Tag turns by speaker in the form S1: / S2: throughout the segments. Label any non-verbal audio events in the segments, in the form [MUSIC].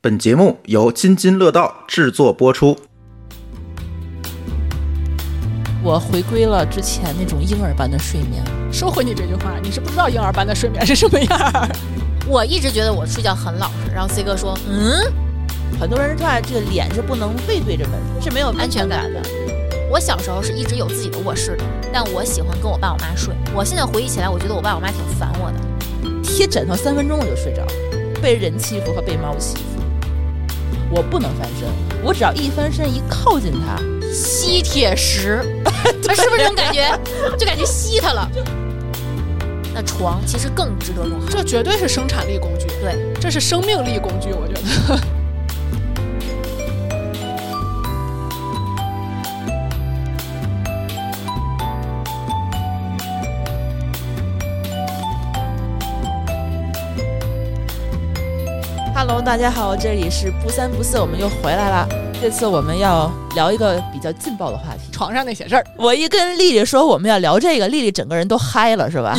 S1: 本节目由津津乐道制作播出。
S2: 我回归了之前那种婴儿般的睡眠。
S3: 收回你这句话，你是不知道婴儿般的睡眠是什么样儿。
S4: 我一直觉得我睡觉很老实，然后 C 哥说，嗯，
S2: 很多人说啊，这个脸是不能背对着门，是没有
S4: 安全
S2: 感的。
S4: 我小时候是一直有自己的卧室的，但我喜欢跟我爸我妈睡。我现在回忆起来，我觉得我爸我妈挺烦我的。
S2: 贴枕头三分钟我就睡着了，被人欺负和被猫欺负。我不能翻身，我只要一翻身一靠近它，
S4: 吸铁石， [LAUGHS] 啊是不是这种感觉？就感觉吸它了。那床其实更值得用好。
S3: 这绝对是生产力工具，
S4: 对，
S3: 这是生命力工具，我觉 [LAUGHS] 得。
S2: Hello，大家好，这里是不三不四，我们又回来了。这次我们要聊一个比较劲爆的话题。
S3: 床上那些事儿，
S2: 我一跟丽丽说我们要聊这个，丽丽整个人都嗨了，是吧？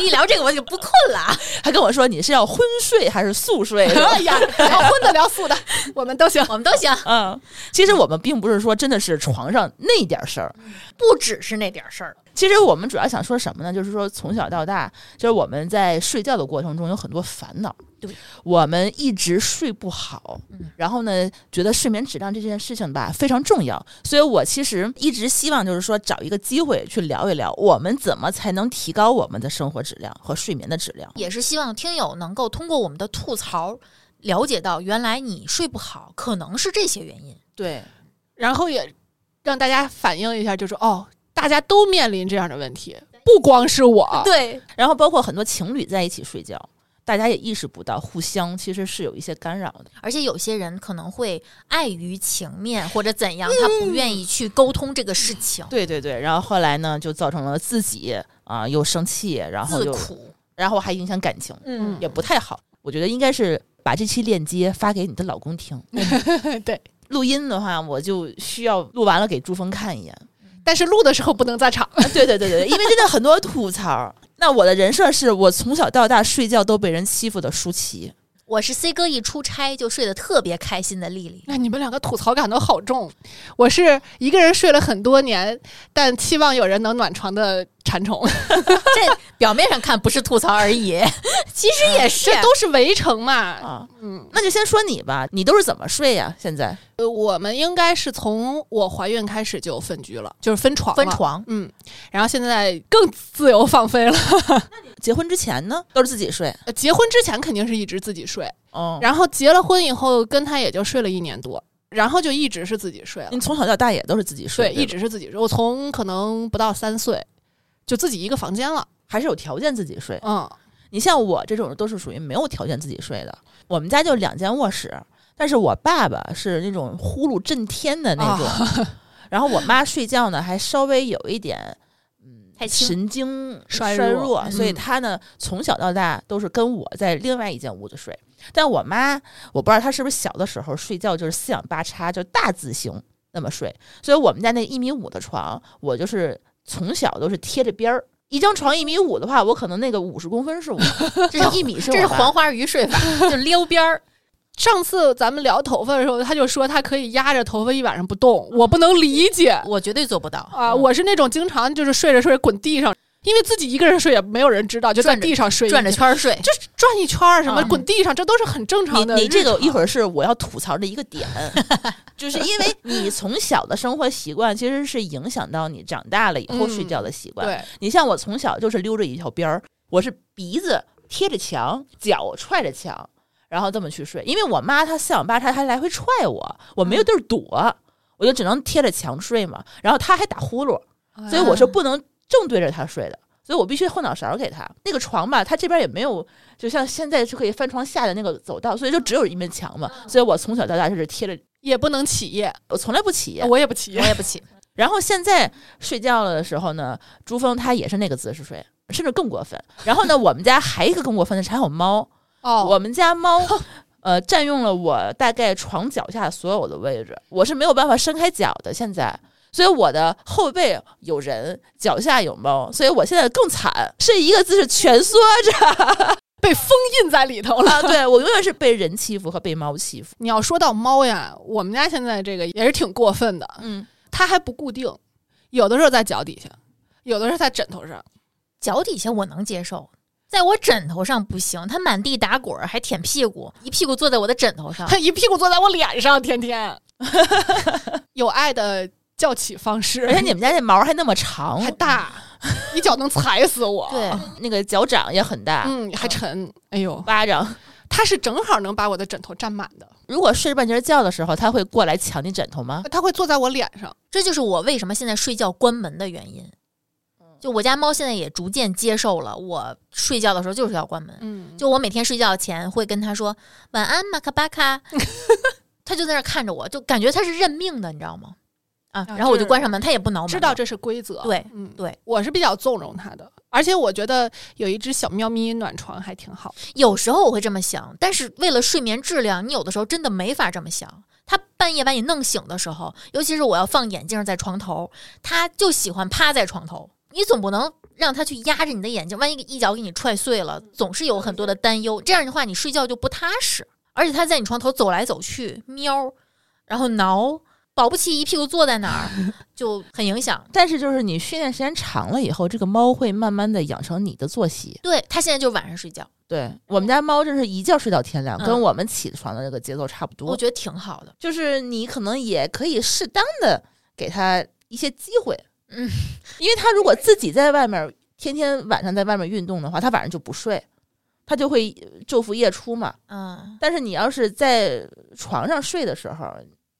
S4: 一聊这个我就不困了 [LAUGHS] 啊。
S2: 还跟我说你是要昏睡还是速睡？是
S3: [LAUGHS]
S2: 吧
S3: [LAUGHS] 哎呀，聊荤的聊素的，我们都行。
S4: 我们都行，
S2: 嗯，其实我们并不是说真的是床上那点事儿，
S4: 不只是那点事儿。
S2: 其实我们主要想说什么呢？就是说从小到大，就是我们在睡觉的过程中有很多烦恼，
S4: 对，
S2: 我们一直睡不好，然后呢，觉得睡眠质量这件事情吧非常重要，所以我其实一直希望就是说找一个机会去聊一聊，我们怎么才能提高我们的生活质量和睡眠的质量。
S4: 也是希望听友能够通过我们的吐槽，了解到原来你睡不好可能是这些原因。
S2: 对，
S3: 然后也让大家反映一下，就是哦，大家都面临这样的问题，不光是我。
S4: 对，
S2: 然后包括很多情侣在一起睡觉，大家也意识不到互相其实是有一些干扰的。
S4: 而且有些人可能会碍于情面或者怎样，他不愿意去沟通这个事情，
S2: 对对对，然后后来呢，就造成了自己啊、又生气，然后
S4: 自
S2: 又
S4: 苦。
S2: 然后还影响感情，
S3: 嗯
S2: 也不太好。我觉得应该是把这期链接发给你的老公 [LAUGHS] 听。
S3: 对，
S2: 录音的话，我就需要录完了给朱峰看一眼。
S3: 但是录的时候不能在场。
S2: [LAUGHS] 啊对对对 [LAUGHS] 对，因为真的很多吐槽。那我的人设是我从小到大睡觉都被人欺负的舒淇，
S4: 我是 C 哥一出差就睡得特别开心的丽
S3: [LAUGHS]
S4: 丽，
S3: 哎那你们两个吐槽感都好重。我是一个人睡了很多年，但期望有人能暖床的馋虫，
S4: 这表面上看不是吐槽而已， [LAUGHS] 其实也是
S3: 这。都是围城嘛。
S2: 啊。
S3: 嗯，
S2: 那就先说你吧，你都是怎么睡呀、现在
S3: 呃，我们应该是从我怀孕开始就分居了，就是分床，
S4: 分。床，
S3: 嗯，然后现在更自由放飞了。
S2: 结婚之前呢，都是自己睡。
S3: 呃结婚之前肯定是一直自己睡，
S2: 哦，
S3: 然后结了婚以后跟他也就睡了一年多，然后就一直是自己睡了
S2: 你。从小到大也都是自己睡，
S3: 对，一
S2: 吧
S3: 直是自己睡。我从可能不到三岁就自己一个房间了。
S2: 还是有条件自己睡。
S3: 嗯，
S2: 你像我这种都是属于没有条件自己睡的，我们家就两间卧室，但是我爸爸是那种呼噜震天的那种，
S3: 哦
S2: 然后我妈睡觉呢还稍微有一点。
S4: 太轻。
S2: 神经
S3: 衰
S2: 弱，
S3: 弱
S2: 所以
S3: 嗯
S2: 她呢从小到大都是跟我在另外一间屋子睡。但我妈，我不知道她是不是小的时候睡觉就是四仰八叉，就大字形那么睡。所以我们家那一米五的床，我就是从小都是贴着边儿。一张床一米五的话，我可能那个五十公分是我，这是一米是我
S4: 这是
S2: 吧
S4: 黄花鱼睡法，就溜边儿。
S3: 上次咱们聊头发的时候，他就说他可以压着头发一晚上不动，我不能理解
S4: 我绝对做不到。
S3: 啊！我是那种经常就是睡着睡着滚地上，因为自己一个人睡也没有人知道，就在
S4: 转着
S3: 地上睡一
S4: 转着
S3: 天
S4: 圈儿睡，
S3: 就是转一圈儿什么
S2: 嗯
S3: 滚地上，这都是很正常的日常。
S2: 你你这个一会儿是我要吐槽的一个点，就是因为你从小的生活习惯其实是影响到你长大了以后睡觉的习惯。
S3: 对，
S2: 你像我从小就是溜着一条边儿，我是鼻子贴着墙，脚踹着墙，然后这么去睡。因为我妈她四仰八叉，她来回踹我，我没有地儿躲，我就只能贴着墙睡嘛。然后她还打呼噜，所以我是不能正对着她睡的。所以我必须后脑勺给她。那个床吧，她这边也没有，就像现在是可以翻床下的那个走道，所以就只有一面墙嘛。所以我从小到大就是贴着，
S3: 也不能起夜，
S2: 我从来不起夜。
S3: 我也不起
S4: 我
S3: 夜。
S4: 也不起。
S2: 然后现在睡觉了的时候呢，珠峰他也是那个姿势睡，甚至更过分。然后呢，我们家还有一个更过分的是还有猫，
S3: 哦，
S2: 我们家猫呃占用了我大概床脚下所有的位置，我是没有办法伸开脚的现在。所以我的后背有
S3: [LAUGHS]
S2: 人，脚下有猫，所以我现在更惨，是一个姿势蜷缩着，
S3: 被封印在里头了。
S2: 啊，对我永远是被人欺负和被猫欺负。
S3: 你要说到猫呀，我们家现在这个也是挺过分的，
S2: 嗯，
S3: 它还不固定，有的时候在脚底下，有的时候在枕头上。
S4: [LAUGHS] 脚底下我能接受，在我枕头上不行，它满地打滚儿，还舔屁股，一屁股坐在我的枕头上。
S3: 它一屁股坐在我脸上，天天 [LAUGHS] 有爱的叫起方式，
S2: 而且你们家这毛还那么长
S3: 还， [LAUGHS] 大，一脚能踩死我。
S4: 对，
S2: 那个脚掌也很大，
S3: 嗯，还沉，哎呦，
S2: 巴掌。
S3: 它是正好能把我的枕头占满的，
S2: 如果睡着半截觉的时候，它会过来抢你枕头吗？
S3: 它会坐在我脸上。
S4: 这就是我为什么现在睡觉关门的原因。
S3: 嗯
S4: 就我家猫现在也逐渐接受了，我睡觉的时候就是要关门。
S3: 嗯，
S4: 就我每天睡觉前会跟它说晚安，马卡巴
S3: [LAUGHS]
S4: 卡，它就在那儿看着我，就感觉它是认命的，你知道吗？啊，
S3: 啊
S4: 然后我
S3: 就
S4: 就是关上门，它也不挠门了，
S3: 知道这是规则。
S4: 对
S3: 嗯，
S4: 对，
S3: 我是比较纵容它的，而且我觉得有一只小喵咪暖床还挺好。
S4: 有时候我会这么想，但是为了睡眠质量，你有的时候真的没法这么想。他半夜把你弄醒的时候，尤其是我要放眼镜在床头，他就喜欢趴在床头。你总不能让他去压着你的眼睛，万一一脚给你踹碎了，总是有很多的担忧。这样的话，你睡觉就不踏实。而且他在你床头走来走去，喵，然后挠，保不齐一屁股坐在哪儿，就很影响。
S2: 但是就是你训练时间长了以后，这个猫会慢慢的养成你的作息。
S4: 对他现在就晚上睡觉，
S2: 对我们家猫，真是一觉睡到天亮，
S4: 嗯
S2: 跟我们起床的这个节奏差不多。
S4: 我觉得挺好的。
S2: 就是你可能也可以适当的给它一些机会，
S4: 嗯，
S2: 因为它如果自己在外面天天晚上在外面运动的话，它晚上就不睡，它就会呃昼伏夜出嘛。
S4: 嗯，
S2: 但是你要是在床上睡的时候，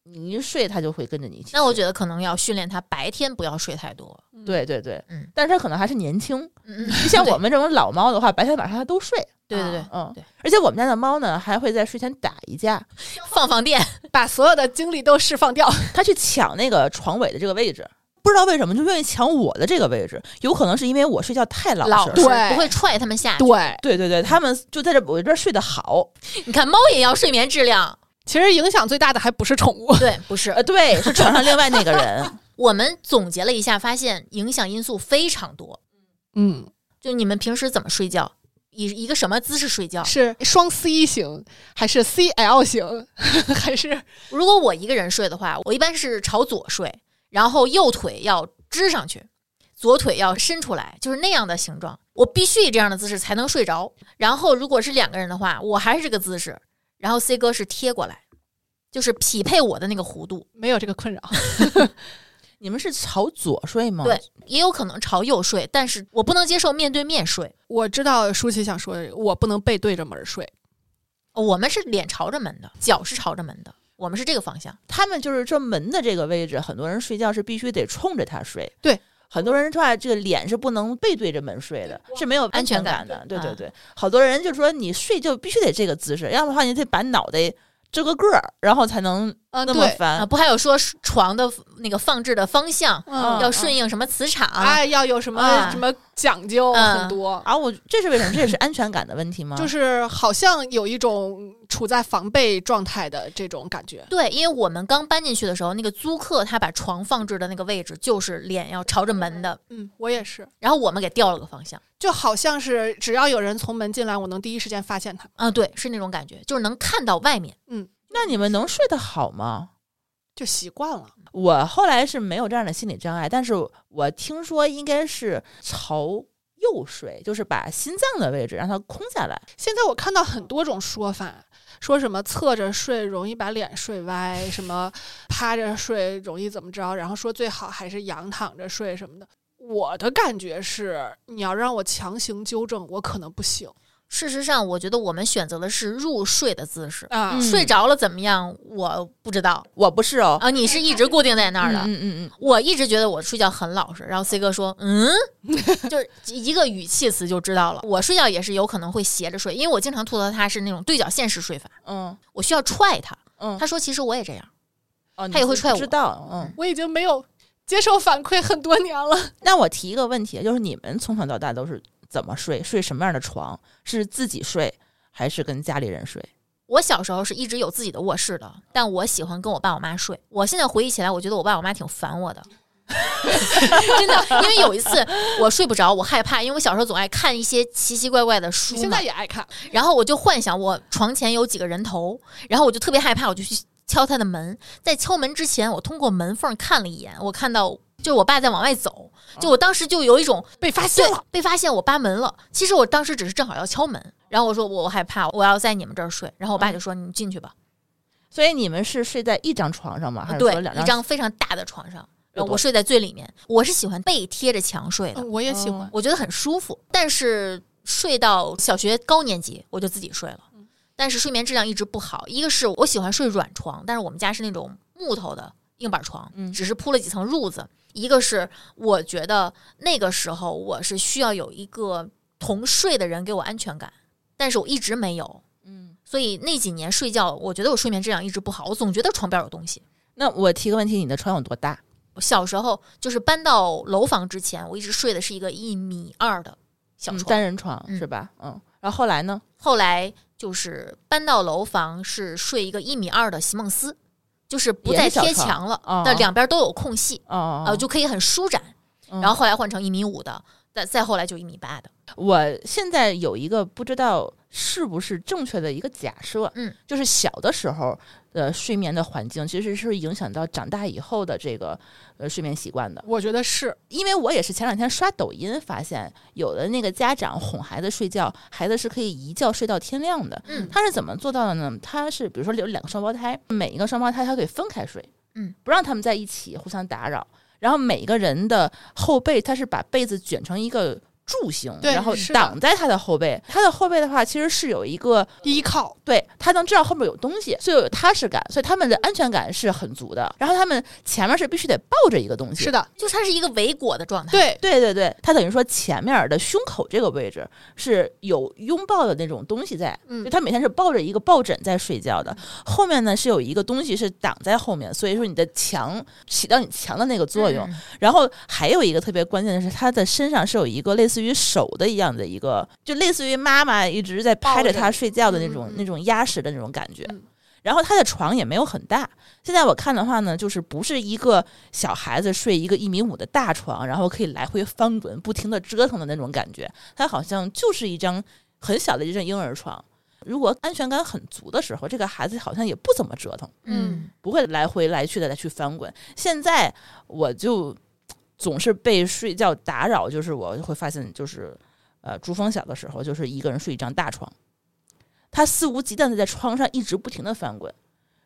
S2: 你一睡它就会跟着你一起睡。
S4: 那我觉得可能要训练他白天不要睡太多。
S2: 对对对，
S4: 嗯
S2: 但是它可能还是年轻，
S4: 嗯，
S2: 就像我们这种老猫的话，白天晚上它都睡，
S4: 对对
S3: 啊
S4: 对，
S2: 嗯
S4: 对，
S2: 而且我们家的猫呢还会在睡前打一架，
S4: 放放电，
S3: 把所有的精力都释放掉。
S2: 它去抢那个床尾的这个位置。不知道为什么就愿意抢我的这个位置，有可能是因为我睡觉太老实了。
S3: 对
S4: 不会踹他们下去。
S3: 对，
S2: 对对对，他们就在这我这边睡得好，
S4: 你看猫也要睡眠质量，
S3: 其实影响最大的还不是宠物，
S4: 对，不是
S2: 呃，对，是床上另外那个人。
S4: [LAUGHS] 我们总结了一下，发现影响因素非常多。
S3: 嗯，
S4: 就你们平时怎么睡觉，以一个什么姿势睡觉？
S3: 是双 C 型还是 CL 型，还是
S4: 如果我一个人睡的话，我一般是朝左睡，然后右腿要支上去，左腿要伸出来，就是那样的形状。我必须以这样的姿势才能睡着。然后如果是两个人的话，我还是这个姿势，然后 C 哥是贴过来，就是匹配我的那个弧度。
S3: 没有这个困扰？
S2: 你们是朝左睡吗？
S4: 对，也有可能朝右睡，但是我不能接受面对面睡。
S3: [LAUGHS] 我知道舒淇想说的这个，我不能背对着门睡。
S4: 哦我们是脸朝着门的，脚是朝着门的，我们是这个方向。
S2: 他们就是这门的这个位置，很多人睡觉是必须得冲着它睡。
S3: 对。
S2: 很多人说啊，这个脸是不能背对着门睡的，是没有
S4: 安全
S2: 感
S4: 感
S2: 的。对
S4: 对
S2: 对
S4: 啊
S2: 对，好多人就说你睡就必须得这个姿势，要不然的话你得把脑袋遮个个儿，然后才能
S3: 嗯
S2: 那么
S3: 对，
S2: 翻。
S4: 啊，不还有说床的那个放置的方向、
S2: 嗯
S4: 要顺应什么磁场？
S3: 哎，要有什么、
S4: 啊
S3: 什么讲究，
S4: 嗯
S3: 很多。
S2: 啊，我这是为什么？这也是安全感的问题吗？
S3: 就是好像有一种处在防备状态的这种感觉。
S4: 对，因为我们刚搬进去的时候，那个租客他把床放置的那个位置就是脸要朝着门的，
S3: 嗯，我也是，
S4: 然后我们给调了个方向。
S3: 就好像是只要有人从门进来，我能第一时间发现他，嗯
S4: 啊，对，是那种感觉，就是能看到外面。
S2: 那你们能睡得好吗？
S3: 就习惯了。
S2: 我后来是没有这样的心理障碍，但是我听说应该是朝右睡，就是把心脏的位置让它空下来。
S3: 现在我看到很多种说法，说什么侧着睡容易把脸睡歪，什么趴着睡容易怎么着，然后说最好还是仰躺着睡什么的。我的感觉是，你要让我强行纠正，我可能不行
S4: 事实上，我觉得我们选择的是入睡的姿势。
S3: 啊。
S2: 嗯
S4: 睡着了怎么样？我不知道
S2: 我不是哦，
S4: 啊，你是一直固定在那儿
S2: 嗯
S4: 的。
S2: 嗯嗯嗯，
S4: 我一直觉得我睡觉很老实，然后 C 哥说，
S2: [LAUGHS]
S4: 嗯，就是一个语气词就知道了。我睡觉也是有可能会斜着睡，因为我经常吐槽他是那种对角线式睡法，
S2: 嗯
S4: 我需要踹他。
S2: 嗯
S4: 他说其实我也这样，
S2: 哦，你
S4: 他也会踹我
S2: 知道，嗯。
S3: 我已经没有接受反馈很多年了。
S2: 那我提一个问题，就是你们从小到大都是怎么睡？睡什么样的床？是自己睡还是跟家里人睡？
S4: 我小时候是一直有自己的卧室的，但我喜欢跟我爸我妈睡。我现在回忆起来，我觉得我爸我妈挺烦我的， [LAUGHS] 真的，因为有一次我睡不着，我害怕，因为我小时候总爱看一些奇奇怪怪的书
S3: 你
S4: 嘛，
S3: 现在也爱看，
S4: 然后我就幻想我床前有几个人头，然后我就特别害怕，我就去敲他的门。在敲门之前，我通过门缝看了一眼，我看到就是我爸在往外走，就我当时就有一种
S3: 被发现
S4: 对
S3: 了。
S4: 被发现我扒门了。其实我当时只是正好要敲门，然后我说我我害怕，我要在你们这儿睡。然后我爸就说你进去吧，
S2: 所以你们是睡在一张床上吗？还是
S4: 对
S2: 说两，
S4: 一张非常大的床上，
S2: 有
S4: 然
S2: 多
S4: 后我睡在最里面。我是喜欢背贴着墙睡的，
S3: 嗯我也喜
S2: 哦
S3: 欢，
S4: 我觉得很舒服，但是睡到小学高年级我就自己睡了，但是睡眠质量一直不好。一个是我喜欢睡软床，但是我们家是那种木头的硬板床，
S2: 嗯
S4: 只是铺了几层褥子。一个是我觉得那个时候我是需要有一个同睡的人给我安全感，但是我一直没有，
S2: 嗯，
S4: 所以那几年睡觉，我觉得我睡眠质量一直不好，我总觉得床边有东西。
S2: 那我提个问题，你的床有多大？
S4: 我小时候就是搬到楼房之前，我一直睡的是一个一米二的小
S2: 嗯
S4: 床，
S2: 单人床
S4: 嗯
S2: 是吧？嗯，然后后来呢？
S4: 后来就是搬到楼房，是睡一个一米二的席梦思，就是不再
S2: 也是小
S4: 贴
S2: 床
S4: 墙了，
S2: 哦
S4: 但两边都有空隙，
S2: 哦，
S4: 呃，就可以很舒展。
S2: 嗯
S4: 然后后来换成一米五的，再再后来就一米八的。
S2: 我现在有一个不知道是不是正确的一个假设，
S4: 嗯，
S2: 就是小的时候的睡眠的环境其实是影响到长大以后的这个呃睡眠习惯的。
S3: 我觉得是
S2: 因为我也是前两天刷抖音发现，有的那个家长哄孩子睡觉，孩子是可以一觉睡到天亮的。
S4: 嗯
S2: 他是怎么做到的呢？他是比如说有两个双胞胎，每一个双胞胎他可以分开睡，
S4: 嗯，
S2: 不让他们在一起互相打扰。然后每个人的后背，他是把被子卷成一个柱形，
S3: 对
S2: 然后
S3: 是的
S2: 挡在他的后背。他的后背的话，其实是有一个
S3: 依靠，
S2: 对他能知道后面有东西，所以有踏实感，所以他们的安全感是很足的。然后他们前面是必须得抱着一个东西，
S3: 是的，
S4: 就它是一个围裹的状态。
S3: 对，
S2: 对对对，它等于说前面的胸口这个位置是有拥抱的那种东西在，
S4: 嗯
S2: 就他每天是抱着一个抱枕在睡觉的，后面呢是有一个东西是挡在后面，所以说你的墙起到你墙的那个作用。
S4: 嗯
S2: 然后还有一个特别关键的是，他的身上是有一个类似于手的一样的一个，就类似于妈妈一直在拍着他睡觉的那种
S3: 嗯嗯
S2: 那种压实的那种感觉
S3: 嗯。
S2: 然后他的床也没有很大，现在我看的话呢，就是不是一个小孩子睡一个一米五的大床，然后可以来回翻滚、不停的折腾的那种感觉，他好像就是一张很小的一张婴儿床。如果安全感很足的时候，这个孩子好像也不怎么折腾。
S4: 嗯，
S2: 不会来回来去的再去翻滚。现在我就总是被睡觉打扰，就是我会发现，就是呃，朱峰小的时候就是一个人睡一张大床，他肆无忌惮的在床上一直不停的翻滚，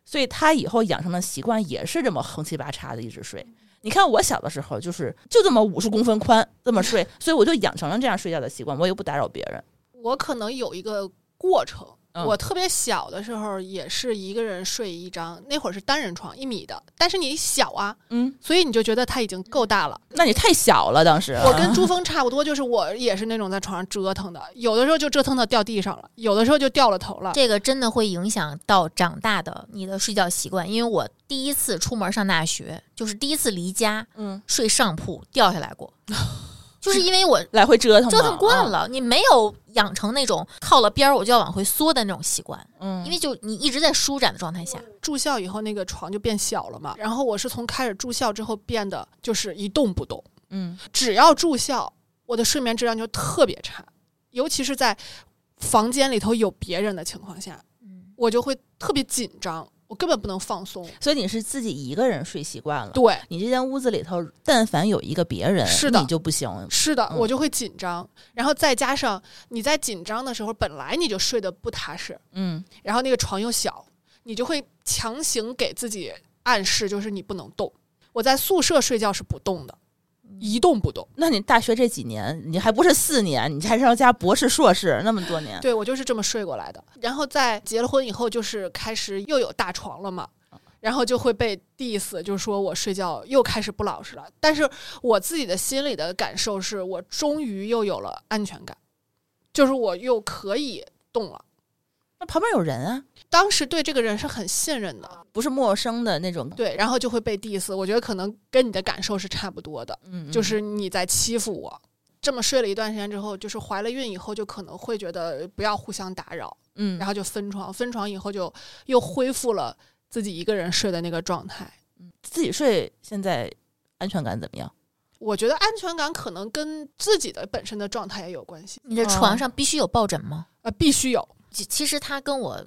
S2: 所以他以后养成的习惯也是这么横七八叉的一直睡。你看我小的时候就是就这么五十公分宽这么睡，所以我就养成了这样睡觉的习惯，我也不打扰别人。
S3: 我可能有一个过程。
S2: 嗯
S3: 我特别小的时候也是一个人睡一张，那会儿是单人床，一米的。但是你小啊，
S2: 嗯，
S3: 所以你就觉得它已经够大了。
S2: 那你太小了，当时
S3: 我跟朱峰差不多，就是我也是那种在床上折腾的，有的时候就折腾到掉地上了，有的时候就掉了头
S2: 嗯
S3: 了。
S4: 这个真的会影响到长大的你的睡觉习惯。因为我第一次出门上大学，就是第一次离家
S2: 嗯
S4: 睡上铺掉下来过，
S2: [LAUGHS]
S4: 就是因为我
S2: 来回折腾
S4: 折
S2: 嘛嗯
S4: 腾惯，了，你没有养成那种靠了边儿我就要往回缩的那种习惯，
S2: 嗯，
S4: 因为就你一直在舒展的状态下，
S3: 住校以后那个床就变小了嘛，然后我是从开始住校之后变得就是一动不动，
S2: 嗯
S3: 只要住校，我的睡眠质量就特别差，尤其是在房间里头有别人的情况下，
S4: 嗯，
S3: 我就会特别紧张，我根本不能放松。
S2: 所以你是自己一个人睡习惯了。
S3: 对，
S2: 你这间屋子里头，但凡有一个别人，
S3: 是的
S2: 你就不行。
S3: 是的，
S2: 嗯
S3: 我就会紧张，然后再加上你在紧张的时候，本来你就睡得不踏实，
S2: 嗯，
S3: 然后那个床又小，你就会强行给自己暗示，就是你不能动。我在宿舍睡觉是不动的，一动不动。
S2: 那你大学这几年，你还不是四年，你还是要加博士、硕士那么多年。
S3: 对我就是这么睡过来的。然后在结了婚以后，就是开始又有大床了嘛，然后就会被 diss，就是说我睡觉又开始不老实了。但是我自己的心里的感受是我终于又有了安全感，就是我又可以动了。
S2: 那旁边有人啊，
S3: 当时对这个人是很信任的，
S2: 不是陌生的那种。
S3: 对，然后就会被 diss。我觉得可能跟你的感受是差不多的，
S2: 嗯，嗯
S3: 就是你在欺负我。这么睡了一段时间之后，就是怀了孕以后，就可能会觉得不要互相打扰，
S2: 嗯，
S3: 然后就分床，分床以后就又恢复了自己一个人睡的那个状态。
S2: 自己睡现在安全感怎么样？
S3: 我觉得安全感可能跟自己的本身的状态也有关系，
S4: 你的床上必须有抱枕吗？
S3: 呃，必须有。
S4: 其其实他跟我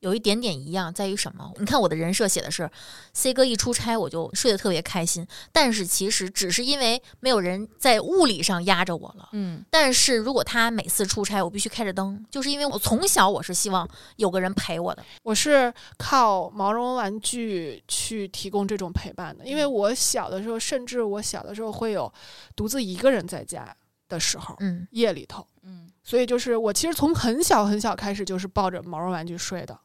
S4: 有一点点一样，在于什么？你看我的人设写的是 C 哥一出差我就睡得特别开心，但是其实只是因为没有人在物理上压着我了。
S2: 嗯
S4: 但是如果他每次出差，我必须开着灯，就是因为我从小我是希望有个人陪我的。
S3: 我是靠毛绒玩具去提供这种陪伴的，因为我小的时候，甚至我小的时候会有独自一个人在家的时候，
S4: 嗯，
S3: 夜里头。
S2: 嗯，
S3: 所以就是我其实从很小很小开始就是抱着毛绒玩具睡的，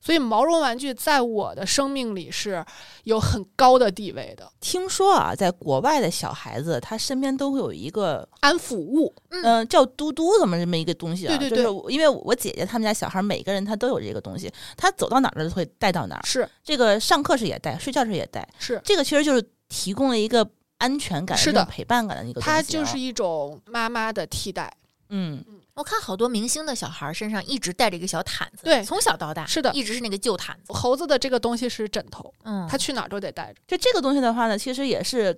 S3: 所以毛绒玩具在我的生命里是有很高的地位的
S2: 听说啊，在国外的小孩子，他身边都会有一个
S3: 安抚物。
S2: 嗯、叫嘟嘟怎么这么一个东西啊？
S3: 对对
S2: 就是
S3: 对
S2: 我因为我姐姐他们家小孩，每个人他都有这个东西，他走到哪儿都会带到哪儿。
S3: 是
S2: 这个上课时也带，睡觉时也带，
S3: 是，
S2: 这个其实就是提供了一个安全感、
S3: 是的
S2: 一种陪伴感的一个东西啊、
S3: 它就是一种妈妈的替代。
S2: 嗯，
S4: 我看好多明星的小孩儿身上一直带着一个小毯子，
S3: 对
S4: 从小到大
S3: 是的
S4: 一直是那个旧毯子。
S3: 猴子的这个东西是枕头，
S4: 嗯，
S3: 它去哪儿都得带着。
S2: 就这个东西的话呢，其实也是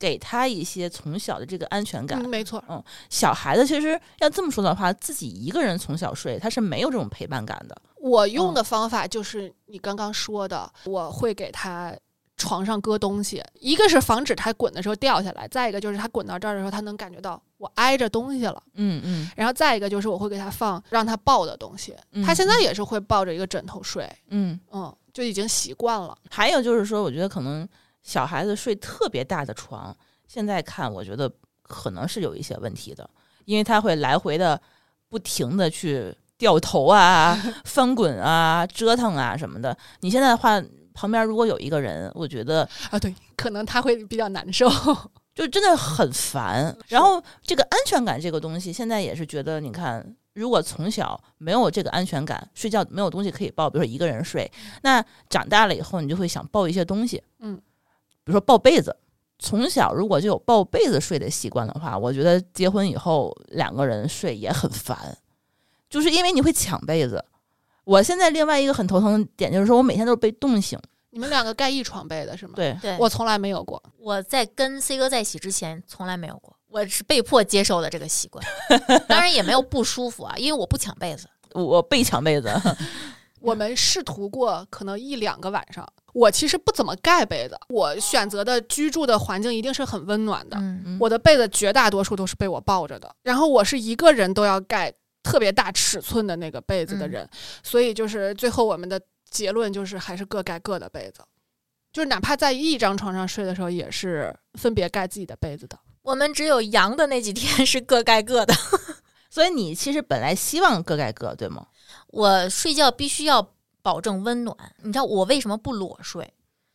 S2: 给他一些从小的这个安全感。
S3: 嗯，没错，
S2: 小孩子其实要这么说的话，自己一个人从小睡，他是没有这种陪伴感的。
S3: 我用
S2: 嗯
S3: 的方法就是你刚刚说的，我会给它床上搁东西，一个是防止它滚的时候掉下来，再一个就是它滚到这儿的时候，它能感觉到我挨着东西了。
S2: 嗯嗯
S3: 然后再一个就是我会给他放让他抱的东西，
S2: 嗯
S3: 他现在也是会抱着一个枕头睡，
S2: 嗯。
S3: 嗯，就已经习惯了。
S2: 还有就是说，我觉得可能小孩子睡特别大的床，现在看我觉得可能是有一些问题的，因为他会来回的不停的去掉头啊、翻滚啊、折腾啊什么的。你现在的话，旁边如果有一个人，我觉得
S3: 啊，对，可能他会比较难受。 [LAUGHS]
S2: 就真的很烦。然后这个安全感这个东西，现在也是觉得，你看，如果从小没有这个安全感，睡觉没有东西可以抱，比如说一个人睡，那长大了以后，你就会想抱一些东西，
S3: 嗯，
S2: 比如说抱被子。从小如果就有抱被子睡的习惯的话，我觉得结婚以后两个人睡也很烦，就是因为你会抢被子。我现在另外一个很头疼的点就是说，我每天都是被冻醒。
S3: 你们两个盖一床被的是吗？，
S2: 对，
S4: 对，
S3: 我从来没有过。
S4: 我在跟 C 哥在一起之前从来没有过，我是被迫接受的这个习惯，当然也没有不舒服啊，因为我不抢被子。
S2: 我被抢被子。 [LAUGHS]
S3: 我们试图过可能一两个晚上，我其实不怎么盖被子，我选择的居住的环境一定是很温暖的。
S4: 嗯，
S2: 嗯
S3: 我的被子绝大多数都是被我抱着的，然后我是一个人都要盖特别大尺寸的那个被子的人，所以就是最后我们的结论就是还是各盖各的被子，就是哪怕在一张床上睡的时候，也是分别盖自己的被子的。
S4: 我们只有阳的那几天是各盖各的。
S2: 所以你其实本来希望各盖各，对吗？
S4: 我睡觉必须要保证温暖。你知道我为什么不裸睡？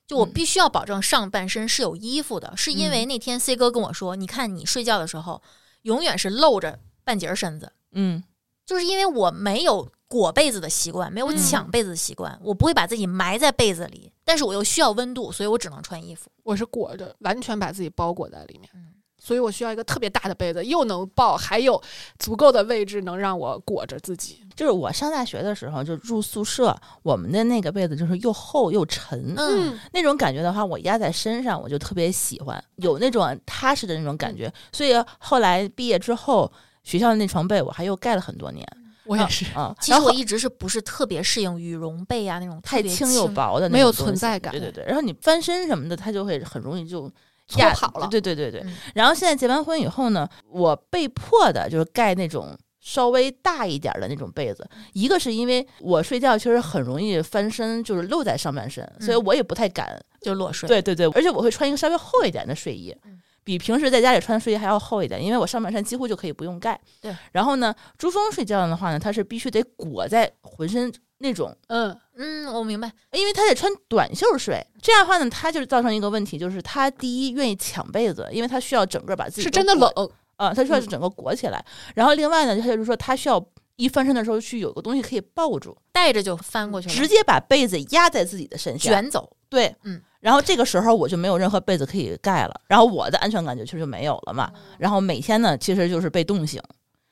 S4: 就我
S2: 嗯
S4: 必须要保证上半身是有衣服的，是因为那天 C 哥跟我说，你看你睡觉的时候永远是露着半截儿身子，
S2: 嗯，
S4: 就是因为我没有裹被子的习惯，没有
S3: 嗯
S4: 抢被子的习惯，我不会把自己埋在被子里，但是我又需要温度，所以我只能穿衣服。
S3: 我是裹着，完全把自己包裹在里面
S4: 嗯，
S3: 所以我需要一个特别大的被子，又能抱，还有足够的位置能让我裹着自己。
S2: 就是我上大学的时候，就住宿舍，我们的那个被子就是又厚又沉，
S4: 嗯，
S2: 那种感觉的话，我压在身上，我就特别喜欢，有那种踏实的那种感觉。所以后来毕业之后，学校的那床被我还又盖了很多年
S3: 我也是，
S2: 啊，
S4: 其
S2: 然
S4: 实
S2: 后
S4: 我一直是不是特别适应羽绒被啊那种特
S2: 太
S4: 别
S2: 轻又薄的那种东西，
S3: 没有存在感
S2: 对对对，然后你翻身什么的，它就会很容易就
S3: 搓
S2: 压
S3: 跑了
S2: 对对对对。
S4: 嗯
S2: 然后现在结完婚以后呢，我被迫的就是盖那种稍微大一点的那种被子，一个是因为我睡觉其实很容易翻身，就是露在上半身，所以我也不太敢。
S4: 就裸睡。
S2: 对对对，而且我会穿一个稍微厚一点的睡衣
S4: 嗯。
S2: 比平时在家里穿的睡衣还要厚一点，因为我上半身几乎就可以不用盖。
S4: 对，
S2: 然后呢，珠峰睡觉的话呢，他是必须得裹在浑身那种
S3: 嗯，
S4: 嗯，我明白。
S2: 因为他得穿短袖睡，这样的话呢，他就是造成一个问题，就是他第一愿意抢被子，因为他需要整个把自己
S3: 是
S2: 都
S3: 真的
S2: 裹
S3: 冷，
S2: 啊，他需要
S3: 嗯
S2: 整个裹起来。然后另外呢，他就是说他需要一翻身的时候去有个东西可以抱住，
S4: 带着就翻过去了，
S2: 直接把被子压在自己的身下，
S4: 卷走。
S2: 对，
S4: 嗯。
S2: 然后这个时候我就没有任何被子可以盖了，然后我的安全感就其实就没有了
S3: 哦
S2: 嘛。然后每天呢，其实就是被冻醒。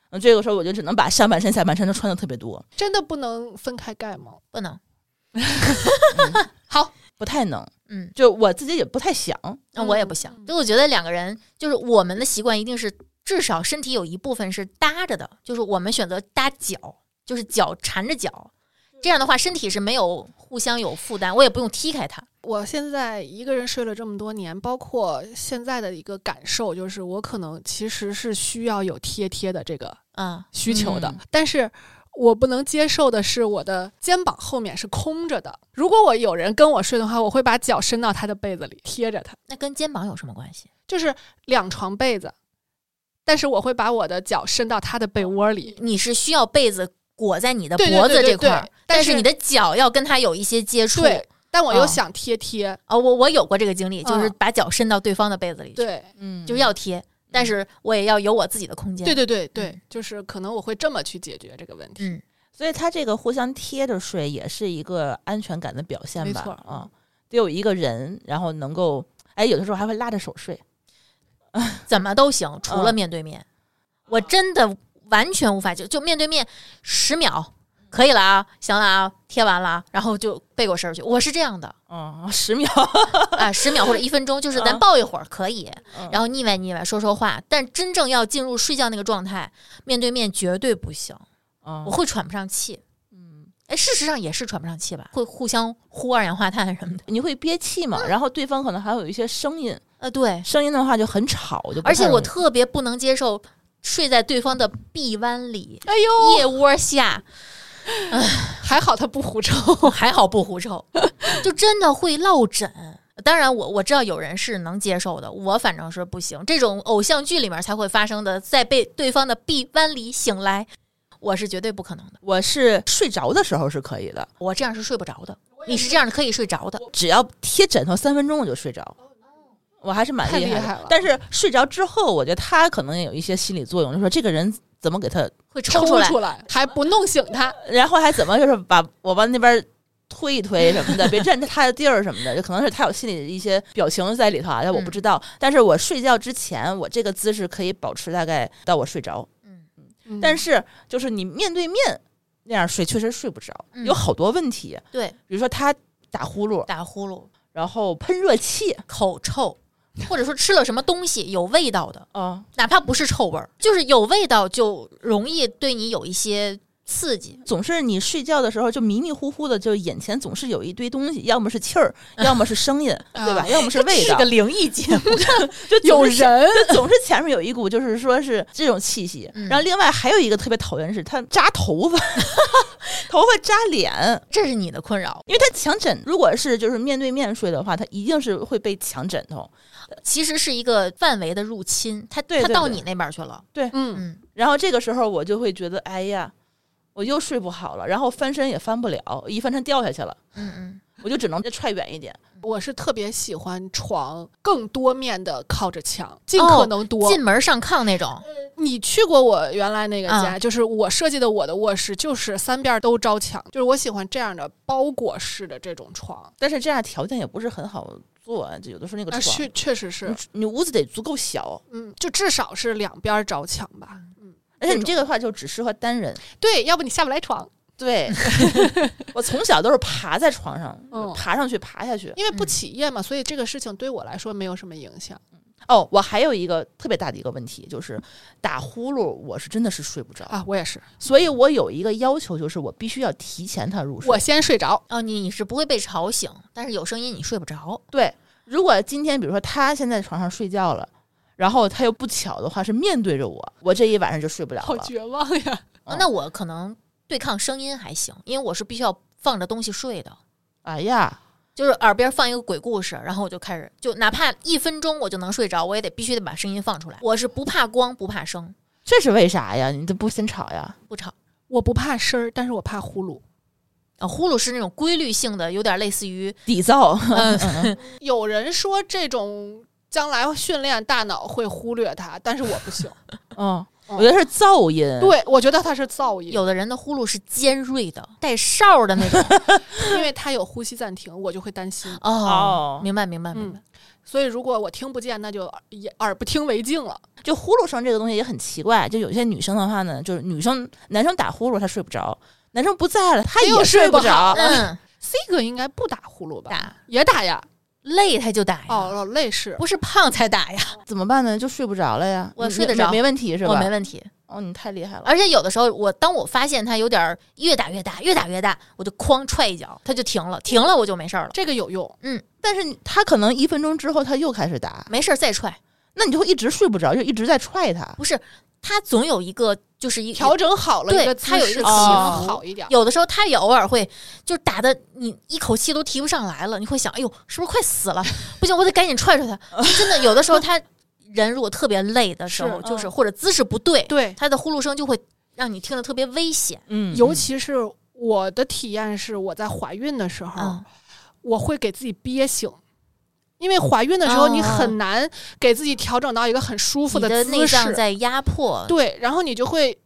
S2: 嗯，这个时候我就只能把上半身、下半身都穿的特别多，
S3: 真的不能分开盖吗？
S4: 不能，
S3: 好，
S2: 不太能。
S4: 嗯，
S2: 就我自己也不太想，
S4: 那我也不
S2: 嗯
S4: 想，就我觉得两个人就是我们的习惯一定是至少身体有一部分是搭着的，就是我们选择搭脚，就是脚缠着脚，这样的话身体是没有互相有负担，我也不用踢开它。
S3: 我现在一个人睡了这么多年，包括现在的一个感受，就是我可能其实是需要有贴贴的这个
S4: 啊，
S3: 需求的，
S2: 嗯
S3: 但是我不能接受的是我的肩膀后面是空着的。如果我有人跟我睡的话，我会把脚伸到他的被子里贴着他，
S4: 那跟肩膀有什么关系？
S3: 就是两床被子，但是我会把我的脚伸到他的
S4: 哦
S3: 被窝里。
S4: 你是需要被子裹在你的
S3: 对对
S4: 脖子
S3: 对对
S4: 这块儿
S3: 对，但
S4: 但
S3: 是
S4: 你的脚要跟它有一些接触。
S3: 对，但我又
S4: 哦
S3: 想贴贴，
S4: 哦，我我有过这个经历，就是
S3: 嗯
S4: 把脚伸到对方的被子里去，
S3: 对，
S2: 嗯
S4: 就是要贴，但是我也要有我自己的空间。
S3: 对对对对，就是可能我会这么去解决这个问题。
S4: 嗯，
S2: 所以他这个互相贴着睡也是一个安全感的表现
S3: 没
S2: 吧？
S3: 错
S2: 啊，得有一个人，然后能够，哎，有的时候还会拉着手睡。
S4: 怎么都行，除了
S2: 嗯
S4: 面对面，我真的完全无法就就面对面十秒可以了啊，行了啊，贴完了啊，然后就背过身儿去。我是这样的
S2: 嗯，十秒， [LAUGHS]
S4: 啊，十秒或者一分钟，就是咱
S2: 嗯
S4: 抱一会儿可以，
S2: 嗯
S4: 然后腻歪腻歪说说话，但真正要进入睡觉那个状态，面对面绝对不行，
S2: 嗯
S4: 我会喘不上气。
S2: 嗯，
S4: 哎，事实上也是喘不上气吧，会互相呼二氧化碳什么的。
S2: 你会憋气嘛？然后对方可能还会有一些声音，
S4: 呃，对，
S2: 声音的话就很吵，就嗯不
S4: 而且
S2: 太
S4: 我
S2: 容易
S4: 特别不能接受睡在对方的臂弯里、
S3: 哎呦，
S2: 哦
S4: 腋窝下，
S3: 还好他不
S4: [LAUGHS]
S3: 狐臭。
S4: 还好不狐臭， [LAUGHS] 就真的会落枕。当然我，我知道有人是能接受的，我反正是不行。这种偶像剧里面才会发生的，在被对方的臂弯里醒来，我是绝对不可能的。
S2: 我是睡着的时候是可以的，
S4: 我这样是睡不着的，你是这样可以睡着的。
S2: 只要贴枕头三分钟我就睡着。我还是蛮
S3: 太
S2: 厉害的
S3: 厉害了
S2: 但是睡着之后，我觉得他可能也有一些心理作用，就说这个人怎么给他
S4: 会抽
S3: 抽
S4: 出来，
S3: 还不弄醒他，
S2: 然后还怎么就是把我往那边推一推什么的，别占着他的地儿什么的，就可能是他有心里的一些表情在里头啊，但
S4: 嗯
S2: 我不知道。但是我睡觉之前，我这个姿势可以保持大概到我睡着，
S4: 嗯
S2: 但
S3: 是
S2: 是就是你面对面那样睡，确实睡不着，
S4: 嗯
S2: 有好多问题，
S4: 对，
S2: 比如说他打呼噜，
S4: 打呼噜、
S2: 然后喷热气，
S4: 口臭，或者说吃了什么东西有味道的，
S2: 啊，
S4: 哪怕不是臭味儿，就是有味道就容易对你有一些刺激。
S2: 总是你睡觉的时候就迷迷糊糊的，就眼前总是有一堆东西，要么是气儿，要么是声音，对吧？要么是味
S4: 嗯啊 [LAUGHS] 这是
S2: 道
S4: 个，灵异节目，
S2: 就
S3: 有
S2: 总是
S3: 人
S2: 就总是前面有一股就是说是这种气息，
S4: 嗯
S2: 然后另外还有一个特别讨厌的是他扎头发， [LAUGHS] 头发扎脸，
S4: 这是你的困扰。
S2: 因为他强枕，如果是就是面对面睡的话，他一定是会被强枕头。
S4: 其实是一个范围的入侵，它
S2: 对
S4: 它
S2: 对
S4: 到
S2: 对
S4: 你那边去了。
S3: 嗯，
S4: 嗯，
S2: 然后这个时候我就会觉得，哎呀，我又睡不好了，然后翻身也翻不了，一翻身掉下去了，
S4: 嗯嗯，
S2: 我就只能再踹远一点。
S3: 我是特别喜欢床更多面的靠着墙，尽
S4: 哦
S3: 可能多。
S4: 进门上炕那种，
S3: 你去过我原来那个家，
S4: 嗯
S3: 就是我设计的我的卧室，就是三边都招墙，就是我喜欢这样的包裹式的这种床。
S2: 但是这样条件也不是很好做啊，就有的时候那个
S3: 那
S2: 床，
S3: 确确实是
S2: 你，你屋子得足够小，
S3: 嗯，就至少是两边招墙吧。嗯，
S2: 而且你这个的话就只适合单人。
S3: 对，要不你下不来床，
S2: 对， [LAUGHS] 我从小都是爬在床上，
S3: 嗯
S2: 爬上去，爬下去。
S3: 因为不
S4: 嗯
S3: 起夜嘛，所以这个事情对我来说没有什么影响。
S2: 哦，我还有一个特别大的一个问题，就是打呼噜，我是真的是睡不着，
S3: 啊，我也是，
S2: 所以我有一个要求，就是我必须要提前他入睡。
S3: 我先睡着。
S4: 哦，你你是不会被吵醒，但是有声音你睡不着。
S2: 对，如果今天比如说他现在床上睡觉了。然后他又不巧的话是面对着我，我这一晚上就睡不了
S3: 好
S2: 了。
S3: 绝望呀！
S2: 哦
S4: 那我可能对抗声音还行，因为我是必须要放着东西睡的，
S2: 哎呀，
S4: 就是耳边放一个鬼故事，然后我就开始，就哪怕一分钟我就能睡着，我也得必须得把声音放出来。我是不怕光，不怕声，
S2: 这是为啥呀？你都不先吵呀？
S4: 不吵。
S3: [LAUGHS] 我不怕声儿，但是我怕呼噜。
S4: 啊，呼噜是那种规律性的，有点类似于
S2: 底
S3: [LAUGHS]
S2: 噪，嗯
S3: 有人说这种将来训练大脑会忽略它，但是我不 [LAUGHS] 行。
S2: 嗯，我觉得是噪音。
S3: 对，我觉得它是噪音，
S4: 有的人的呼噜是尖锐的，带哨儿的那种。
S3: 因为它有呼吸暂停，我就会担心。
S4: 哦
S2: 哦，
S4: 明白明白明白。
S3: 嗯，所以如果我听不见，那就耳也耳不听为净了。
S2: 就呼噜声这个东西也很奇怪，就有些女生的话呢，就是女生男生打呼噜她睡不着，男生不在了她
S3: 她又
S2: 也
S3: 睡
S2: 睡
S3: 不
S2: 不着
S3: 好，
S4: 嗯，
S3: C 哥应该不打呼噜吧？
S4: 打
S3: 也打呀，
S4: 累他就打呀，
S3: 哦，老累是
S4: 不是胖才打呀，
S2: 怎么办呢？就睡不着了呀。
S4: 我
S2: 你
S4: 睡得
S2: 没
S4: 着
S2: 没问题是吧？
S4: 我没问题。
S2: 哦，你太厉害了。
S4: 而且有的时候我当我发现他有点儿越打越大，越打越大，我就哐踹一脚，他就停了，停了我就没事儿了，
S3: 这个有用，
S2: 但是你他可能一分钟之后他又开始打，
S4: 没事儿再踹，
S2: 那你就会一直睡不着，就一直在踹他。
S4: 不是他总有一个就是一
S3: 调整好了
S4: 对
S3: 一个
S4: 它
S3: 姿
S4: 有一
S3: 势，
S4: 个
S3: 可
S2: 起
S3: 能
S4: 伏
S3: 好一点。
S4: 有的时候他也偶尔会，就是打的你一口气都提不上来了，你会想，哎呦，是不是快死了？ [LAUGHS] 不行，我得赶紧踹踹他。就真的，有的时候他人如果特别累的时候，
S3: 是
S4: 就是
S2: 嗯
S4: 或者姿势不对，
S3: 对，
S4: 他的呼噜声就会让你听着特别危险。
S2: 嗯
S3: 尤其是我的体验是，我在怀孕的时候，
S4: 嗯，
S3: 我会给自己憋醒。因为怀孕的时候，你
S4: 哦
S3: 很难给自己调整到一个很舒服
S4: 你的内
S3: 姿
S4: 脏
S3: 势，
S4: 在压迫。
S3: 对，然后你就会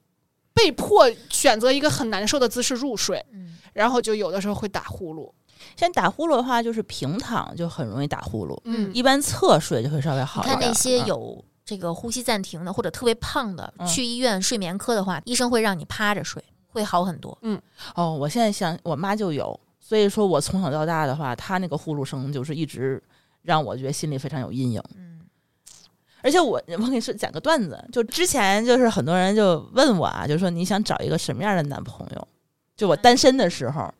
S3: 被迫选择一个很难受的姿势入睡，
S4: 嗯，
S3: 然后就有的时候会打呼噜。
S2: 像打呼噜的话，就是平躺就很容易打呼噜，
S4: 嗯
S2: 一般侧睡就会稍微好
S4: 你
S2: 一点。
S4: 看那些
S2: 嗯
S4: 有这个呼吸暂停的或者特别胖的，
S2: 嗯
S4: 去医院睡眠科的话，医生会让你趴着睡，会好很多。
S2: 哦，我现在想，我妈就有，所以说我从小到大的话，她那个呼噜声就是一直让我觉得心里非常有阴影。
S4: 嗯
S2: 而且我 [LAUGHS] 我跟你说讲个段子，就之前就是很多人就问我啊，就说你想找一个什么样的男朋友？就我单身的时候，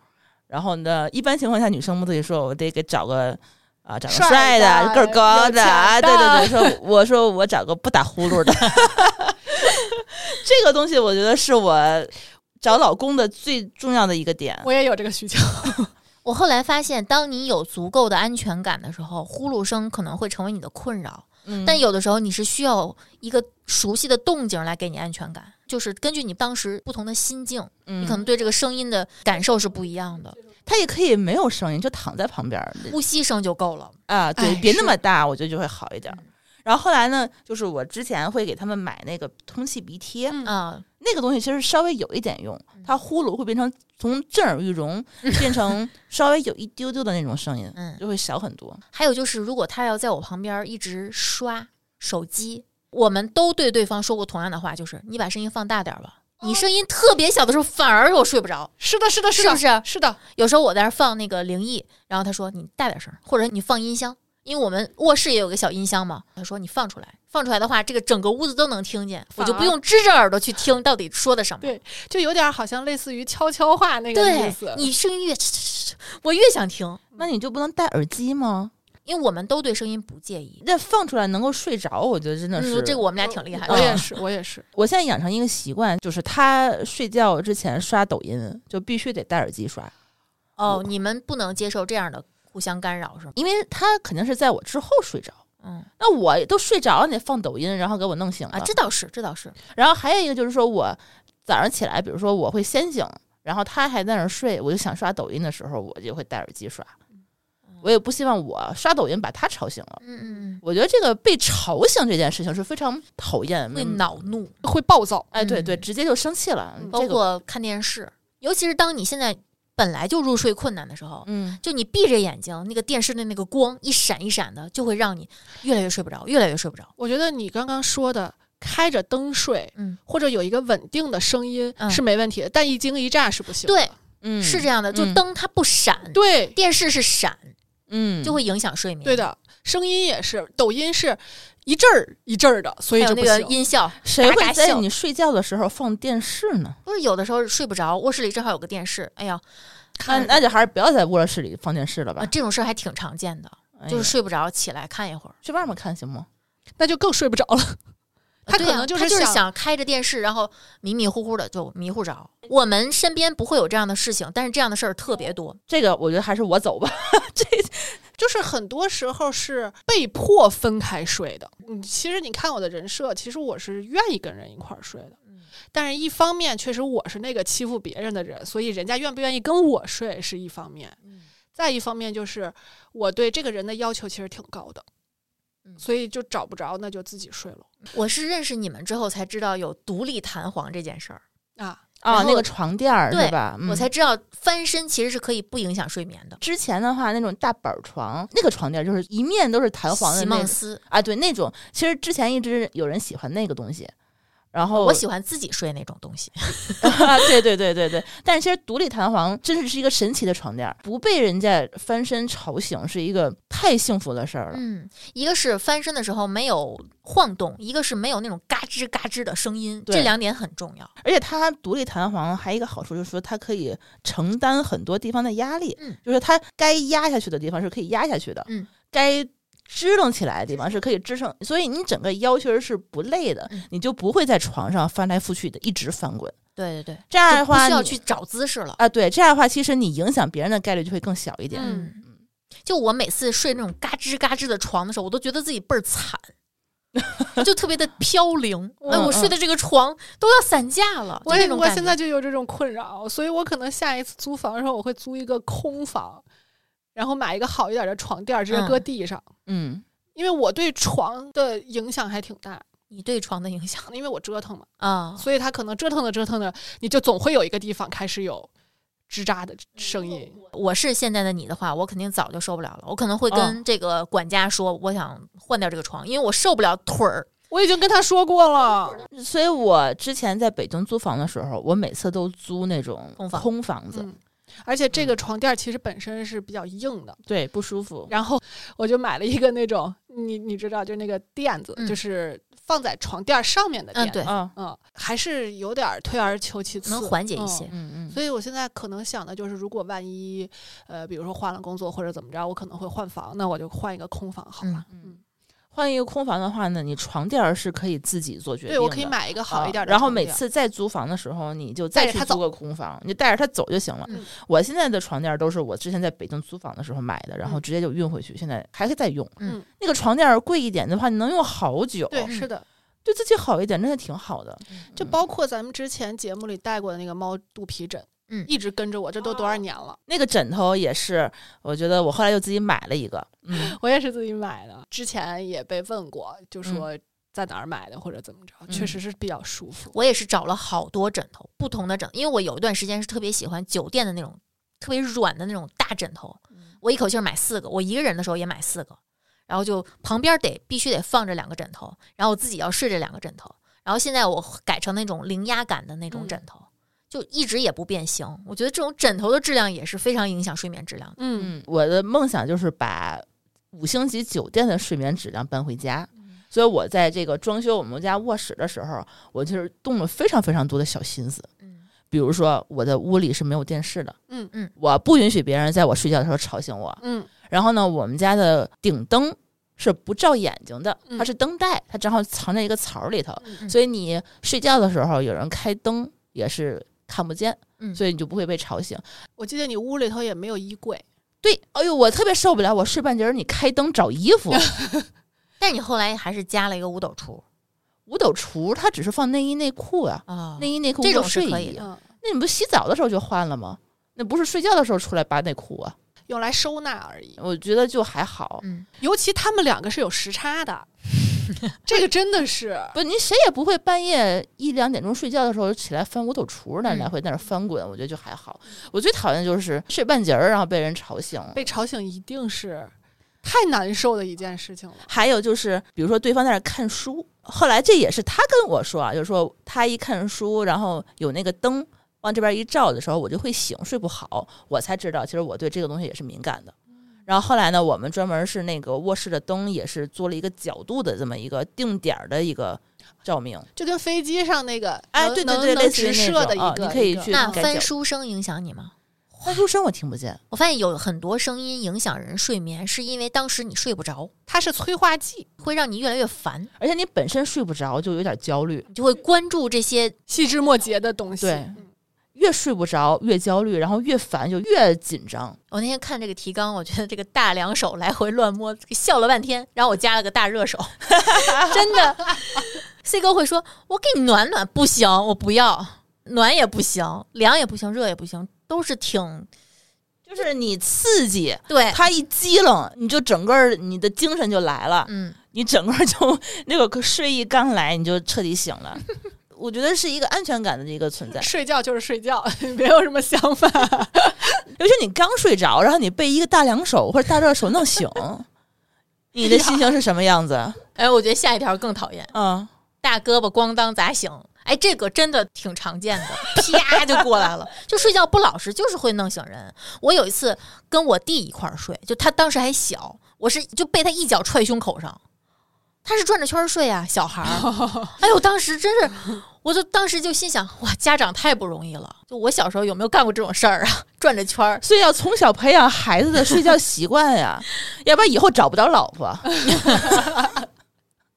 S2: 然后呢，一般情况下女生不都得说我得给找个啊长得
S3: 帅
S2: 帅
S3: 的
S2: 个儿高的
S3: 有钱
S2: 啊，对
S3: 的
S2: 对对，说我说我找个不打呼噜的， [LAUGHS] 这个东西我觉得是我找老公的最重要的一个点。
S3: 我也有这个需求， [LAUGHS]
S4: 我后来发现，当你有足够的安全感的时候，呼噜声可能会成为你的困扰。
S2: 嗯
S4: 但有的时候，你是需要一个熟悉的动静来给你安全感，就是根据你当时不同的心境，
S2: 你
S4: 你可能对这个声音的感受是不一样的。
S2: 嗯他也可以没有声音，就躺在旁边
S3: [LAUGHS]
S2: 儿
S4: 呼吸声就够了。
S2: 啊，对，
S3: 哎
S2: 别那
S3: 是
S2: 么大，我觉得就会好一点儿
S4: 嗯。
S2: 然后后来呢，就是我之前会给他们买那个通气鼻贴，
S3: 嗯
S4: 啊，
S2: 那个东西其实稍微有一点用
S4: 嗯，
S2: 它呼噜会变成从震耳欲聋变成稍微有一丢丢的那种声音，
S4: 嗯
S2: 就会小很多。
S4: 还有就是，如果他要在我旁边一直刷手机，我们都对对方说过同样的话，就是你把声音放大点儿吧。你声音特别小的时候，反而我睡不着。
S3: 是的，哦 [LAUGHS] 是的，
S4: 是
S3: 的，
S4: 不是
S3: 是的，
S4: 有时候我在那儿放那个灵异，然后他说你大点声，或者你放音箱，因为我们卧室也有个小音箱嘛。他说你放出来，放出来的话，这个整个屋子都能听见，我就不用支着耳朵去听到底说的什么。
S3: 对就有点好像类似于悄悄话那个意
S4: 对
S3: 思。
S4: 你声音越， [LAUGHS] 我越想听，
S2: 那你就不能戴耳机吗？
S4: 因为我们都对声音不介意。
S2: 那放出来能够睡着，我觉得真的是
S4: 嗯，这个我们俩挺厉害的。
S3: 我也是，我也是。
S2: 我现在养成一个习惯，就是他睡觉之前刷抖音，就必须得戴耳机刷。
S4: 哦，你们不能接受这样的互相干扰是吗？
S2: 因为他肯定是在我之后睡着，
S4: 嗯
S2: 那我都睡着了，你放抖音，然后给我弄醒了。
S4: 啊，这倒是，这倒是。
S2: 然后还有一个就是说我早上起来，比如说我会先醒，然后他还在那儿睡，我就想刷抖音的时候，我就会戴耳机刷。我也不希望我刷抖音把他吵醒了。
S4: 嗯嗯
S2: 我觉得这个被吵醒这件事情是非常讨厌，
S4: 嗯，会
S2: 嗯。
S4: 恼怒，
S3: 会暴躁，
S2: 哎，对
S4: 嗯
S2: 对，直接就生气了
S3: 嗯。
S2: 这
S4: 包
S2: 个，
S4: 括看电视，尤其是当你现在本来就入睡困难的时候，
S2: 嗯，
S4: 就你闭着眼睛，那个电视的那个光一闪一闪的，就会让你越来越睡不着，越来越睡不着。
S3: 我觉得你刚刚说的开着灯睡，
S4: 嗯，
S3: 或者有一个稳定的声音
S4: 嗯
S3: 是没问题的，但一惊一乍是不行的。
S4: 对，
S2: 嗯
S4: 是这样的，就
S2: 嗯
S4: 灯它不闪，
S3: 对
S4: 电视是闪，
S2: 嗯，
S4: 就会影响睡眠。
S3: 对，的，声音也是，抖音是一阵儿一阵儿的，所以
S4: 还有
S3: 就
S4: 那个
S3: 不行。
S4: 音效，
S2: 谁
S4: 嘎嘎
S2: 会在
S4: 笑
S2: 你睡觉的时候放电视呢？
S4: 不是有的时候睡不着，卧室里正好有个电视， [LAUGHS] 哎呀，
S2: 那
S4: 看
S2: 那就还是不要在卧室里放电视了吧
S4: 啊，。这种事儿还挺常见的，
S2: 哎
S4: 啊就
S2: 呀
S4: 是睡不着起来看一会儿。
S2: 去外面看行吗？
S3: 那就更睡不着了。他
S4: 对
S3: 可
S4: 啊
S3: 能就
S4: 他
S3: 是
S4: 就是
S3: 想
S4: 想开着电视，然后迷迷糊糊的就迷糊着。我们身边不会有这样的事情，但是这样的事儿特别多。
S2: 这个我觉得还是我走吧。
S3: 就是很多时候是被迫分开睡的。嗯，其实你看我的人设，其实我是愿意跟人一块儿睡的
S4: 嗯。
S3: 但是，一方面确实我是那个欺负别人的人，所以人家愿不愿意跟我睡是一方面。
S4: 嗯
S3: 再一方面就是我对这个人的要求其实挺高的
S4: 嗯，
S3: 所以就找不着，那就自己睡了
S4: 我是认识你们之后才知道有独立弹簧这件事儿，
S3: 啊。
S2: 啊，
S4: 然后
S2: 那个床垫儿
S4: 对
S2: 是吧？嗯
S4: 我才知道翻身其实是可以不影响睡眠的。
S2: 之前的话，那种大板儿床，那个床垫儿就是一面都是弹簧的
S4: 席
S2: 那
S4: 梦
S2: 种
S4: 思，
S2: 啊，对，那种其实之前一直有人喜欢那个东西，然后
S4: 我喜欢自己睡那种东西。
S2: 啊， [LAUGHS] 对对对对对，但是其实独立弹簧真是是一个神奇的床垫儿，不被人家翻身吵醒是一个太幸福的事儿了。
S4: 嗯，一个是翻身的时候没有晃动，一个是没有那种嘎吱嘎吱的声音，
S2: 对
S4: 这两点很重要。
S2: 而且它独立弹簧还有一个好处就是说，它可以承担很多地方的压力，
S4: 嗯
S2: 就是它该压下去的地方是可以压下去的，
S4: 嗯
S2: 该支棱起来的地方是可以支撑，所以你整个腰其实是不累的，
S4: 嗯
S2: 你就不会在床上翻来覆去的一直翻滚。
S4: 对对对，
S2: 这样的
S4: 就不
S2: 话，
S4: 需要
S2: 你
S4: 去找姿势了。
S2: 啊，对，这样的话，其实你影响别人的概率就会更小一点。
S3: 嗯
S4: 嗯，就我每次睡那种嘎吱嘎吱的床的时候，我都觉得自己倍儿惨，就特别的飘 [LAUGHS] 零。哎，
S2: 嗯
S4: 我睡的这个床都要散架了，
S3: 我
S4: 就
S3: 也
S4: 那种
S3: 我
S4: 感觉。
S3: 现在就有这种困扰，所以我可能下一次租房的时候，我会租一个空房，然后买一个好一点的床垫儿，直接搁
S4: 嗯
S3: 地上。
S2: 嗯，
S3: 因为我对床的影响还挺大，
S4: 你对床的影响
S3: 因为我折腾嘛，
S4: 啊，
S3: 所以它可能折腾着折腾着，你就总会有一个地方开始有吱喳的声音。
S4: 我是现在的你的话，我肯定早就受不了了。我可能会
S2: 嗯
S4: 跟这个管家说，我想换掉这个床，因为我受不了腿儿。
S3: 我已经跟他说过了，
S2: 嗯所以我之前在北京租房的时候，我每次都租那种
S4: 空房
S2: 空房子，
S3: 嗯，而且这个床垫儿其实本身是比较硬的，
S2: 对，不舒服。
S3: 然后我就买了一个那种，你你知道，就那个垫子，
S4: 嗯
S3: 就是放在床垫儿上面的垫
S4: 嗯，
S3: 子。
S4: 对，
S2: 啊，
S3: 嗯，还是有点儿退而求其次，
S4: 能缓解一些
S3: 嗯。
S2: 嗯嗯，
S3: 所以我现在可能想的就是，如果万一，呃，比如说换了工作或者怎么着，我可能会换房，那我就换一个空房好了。
S2: 嗯换一个空房的话呢，你床垫儿是可以自己做决定
S3: 对，
S2: 的。
S3: 我可以买一个好一点
S2: 啊
S3: 的、
S2: 然后每，次再租房的时候，你就
S3: 带
S2: 再
S3: 着
S2: 去
S3: 它
S2: 租
S3: 走
S2: 个空房，你就带着它走就行了。
S4: 嗯
S2: 我现在的床垫儿都是我之前在北京租房的时候买的，然后
S3: 嗯
S2: 直接就运回去，现在还可以再用。
S4: 嗯，
S2: 那个床垫儿贵一点的话，你能用好久，
S3: 对，嗯
S4: 嗯
S3: 是的，
S2: 对自己好一点，真的挺好的。
S3: 就包括咱们之前节目里带过的那个猫肚皮枕，
S4: 嗯
S3: 一直跟着我，这都多少年了，
S2: 那个枕头也是，我觉得我后来又自己买了一个，嗯，
S3: 我也是自己买的，嗯之前也被问过，就说在哪儿买的或者怎么着，确实是比较舒服。
S4: 我也是找了好多枕头，不同的枕，因为我有一段时间是特别喜欢酒店的那种特别软的那种大枕头，我一口气儿买四个，我一个人的时候也买四个，然后就旁边得必须得放着两个枕头，然后我自己要睡这两个枕头，然后现在我改成那种零压感的那种
S3: 嗯
S4: 枕头，就一直也不变形。我觉得这种枕头的质量也是非常影响睡眠质量的。
S3: 嗯，
S2: 嗯，我的梦想就是把五星级酒店的睡眠质量搬回家。
S3: 嗯
S2: 所以我在这个装修我们家卧室的时候，我就是动了非常非常多的小心思。
S4: 嗯
S2: 比如说，我的屋里是没有电视的，
S3: 嗯
S4: 嗯
S2: 我不允许别人在我睡觉的时候吵醒我。
S3: 嗯
S2: 然后呢，我们家的顶灯是不照眼睛的，
S3: 嗯
S2: 它是灯带，它正好藏在一个槽里头，
S3: 嗯
S4: 嗯
S2: 所以你睡觉的时候有人开灯也是看不见，
S4: 嗯
S2: 所以你就不会被吵醒。
S3: 我记得你屋里头也没有衣柜，
S2: 对，哎呦，我特别受不了，我睡半截儿，你开灯找衣服，
S4: 嗯但你后来还是加了一个五斗橱
S2: [LAUGHS] 五斗橱它只是放内衣内裤啊，
S4: 啊
S2: 内衣内裤
S4: 这种
S2: 没有
S4: 是
S2: 睡
S4: 可以
S2: 衣，
S4: 的
S3: 嗯，
S2: 那你不洗澡的时候就换了吗？那不是睡觉的时候出来扒内裤啊？
S3: 用来收纳而已。
S2: 我觉得就还好，
S4: 嗯，
S3: 尤其他们两个是有时差的， [LAUGHS] 这个真的是
S2: 不，你谁也不会半夜一两点钟睡觉的时候起来翻五斗橱呢，
S4: 嗯
S2: 来回在那儿翻滚，我觉得就还好。我最讨厌就是睡半截儿，然后被人吵醒。
S3: 被吵醒一定是太难受的一件事情了。
S2: 还有就是，比如说对方在那儿看书，后来这也是他跟我说啊，就是说他一看书，然后有那个灯往这边一照的时候，我就会醒，睡不好，我才知道其实我对这个东西也是敏感的。然后后来呢，我们专门是那个卧室的灯也是做了一个角度的这么一个定点儿的一个照明，
S3: 就跟飞机上那个
S2: 哎，
S3: 能
S2: 对对
S3: 能
S2: 对，
S3: 能
S2: 类似于
S3: 直
S2: 那
S3: 射的一
S2: 种啊
S3: 个，
S2: 你可以
S3: 一个
S2: 去
S4: 那
S2: 改
S4: 翻
S2: 角
S4: 书声影响你吗？
S2: 翻书声我听不见，
S4: 我发现有很多声音影响人睡眠，是因为当时你睡不着，
S3: 它是催化剂，
S4: 会让你越来越烦，
S2: 而且你本身睡不着就有点焦虑，
S4: 你就会关注这些。
S3: 细枝末节的东西。
S2: 对
S3: 嗯
S2: 越睡不着越焦虑，然后越烦就越紧张。
S4: 我那天看这个提纲，我觉得这个大两手来回乱摸，笑了半天。然后我加了个大热手， [LAUGHS] 真的。C 哥会说：“我给你暖暖，不行，我不要，暖也不行，凉也不行，热也不行，都是挺
S2: 就是你刺激，
S4: 对，
S2: 他一激灵，你就整个儿你的精神就来了，
S4: 嗯，
S2: 你整个儿就那个睡意刚来，你就彻底醒了。 [LAUGHS] 我觉得是一个安全感的一个存在，
S3: 睡觉就是睡觉， [LAUGHS] 没有什么想 [LAUGHS] 法。
S2: 尤其你刚睡着，然后你被一个大凉手或者大热手弄醒，你的心情是什么样子？
S4: 哎，我觉得下一条更讨厌，
S2: 嗯，
S4: 大胳膊咣当砸醒，哎，这个真的挺常见的， [LAUGHS] 啪就过来了。就睡觉不老实，就是会弄醒人。我有一次跟我弟一块儿睡，就他当时还小，我是就被他一脚踹胸口上。他是转着圈儿睡啊，小孩
S2: [LAUGHS]
S4: 儿。哎呦，当时真是，我就当时就心想，哇，家长太不容易了。就我小时候有没有干过这种事儿啊？ [LAUGHS] 转着圈儿，
S2: 所以要从小培养孩子的睡觉习惯呀，要不然以后找不着老婆。真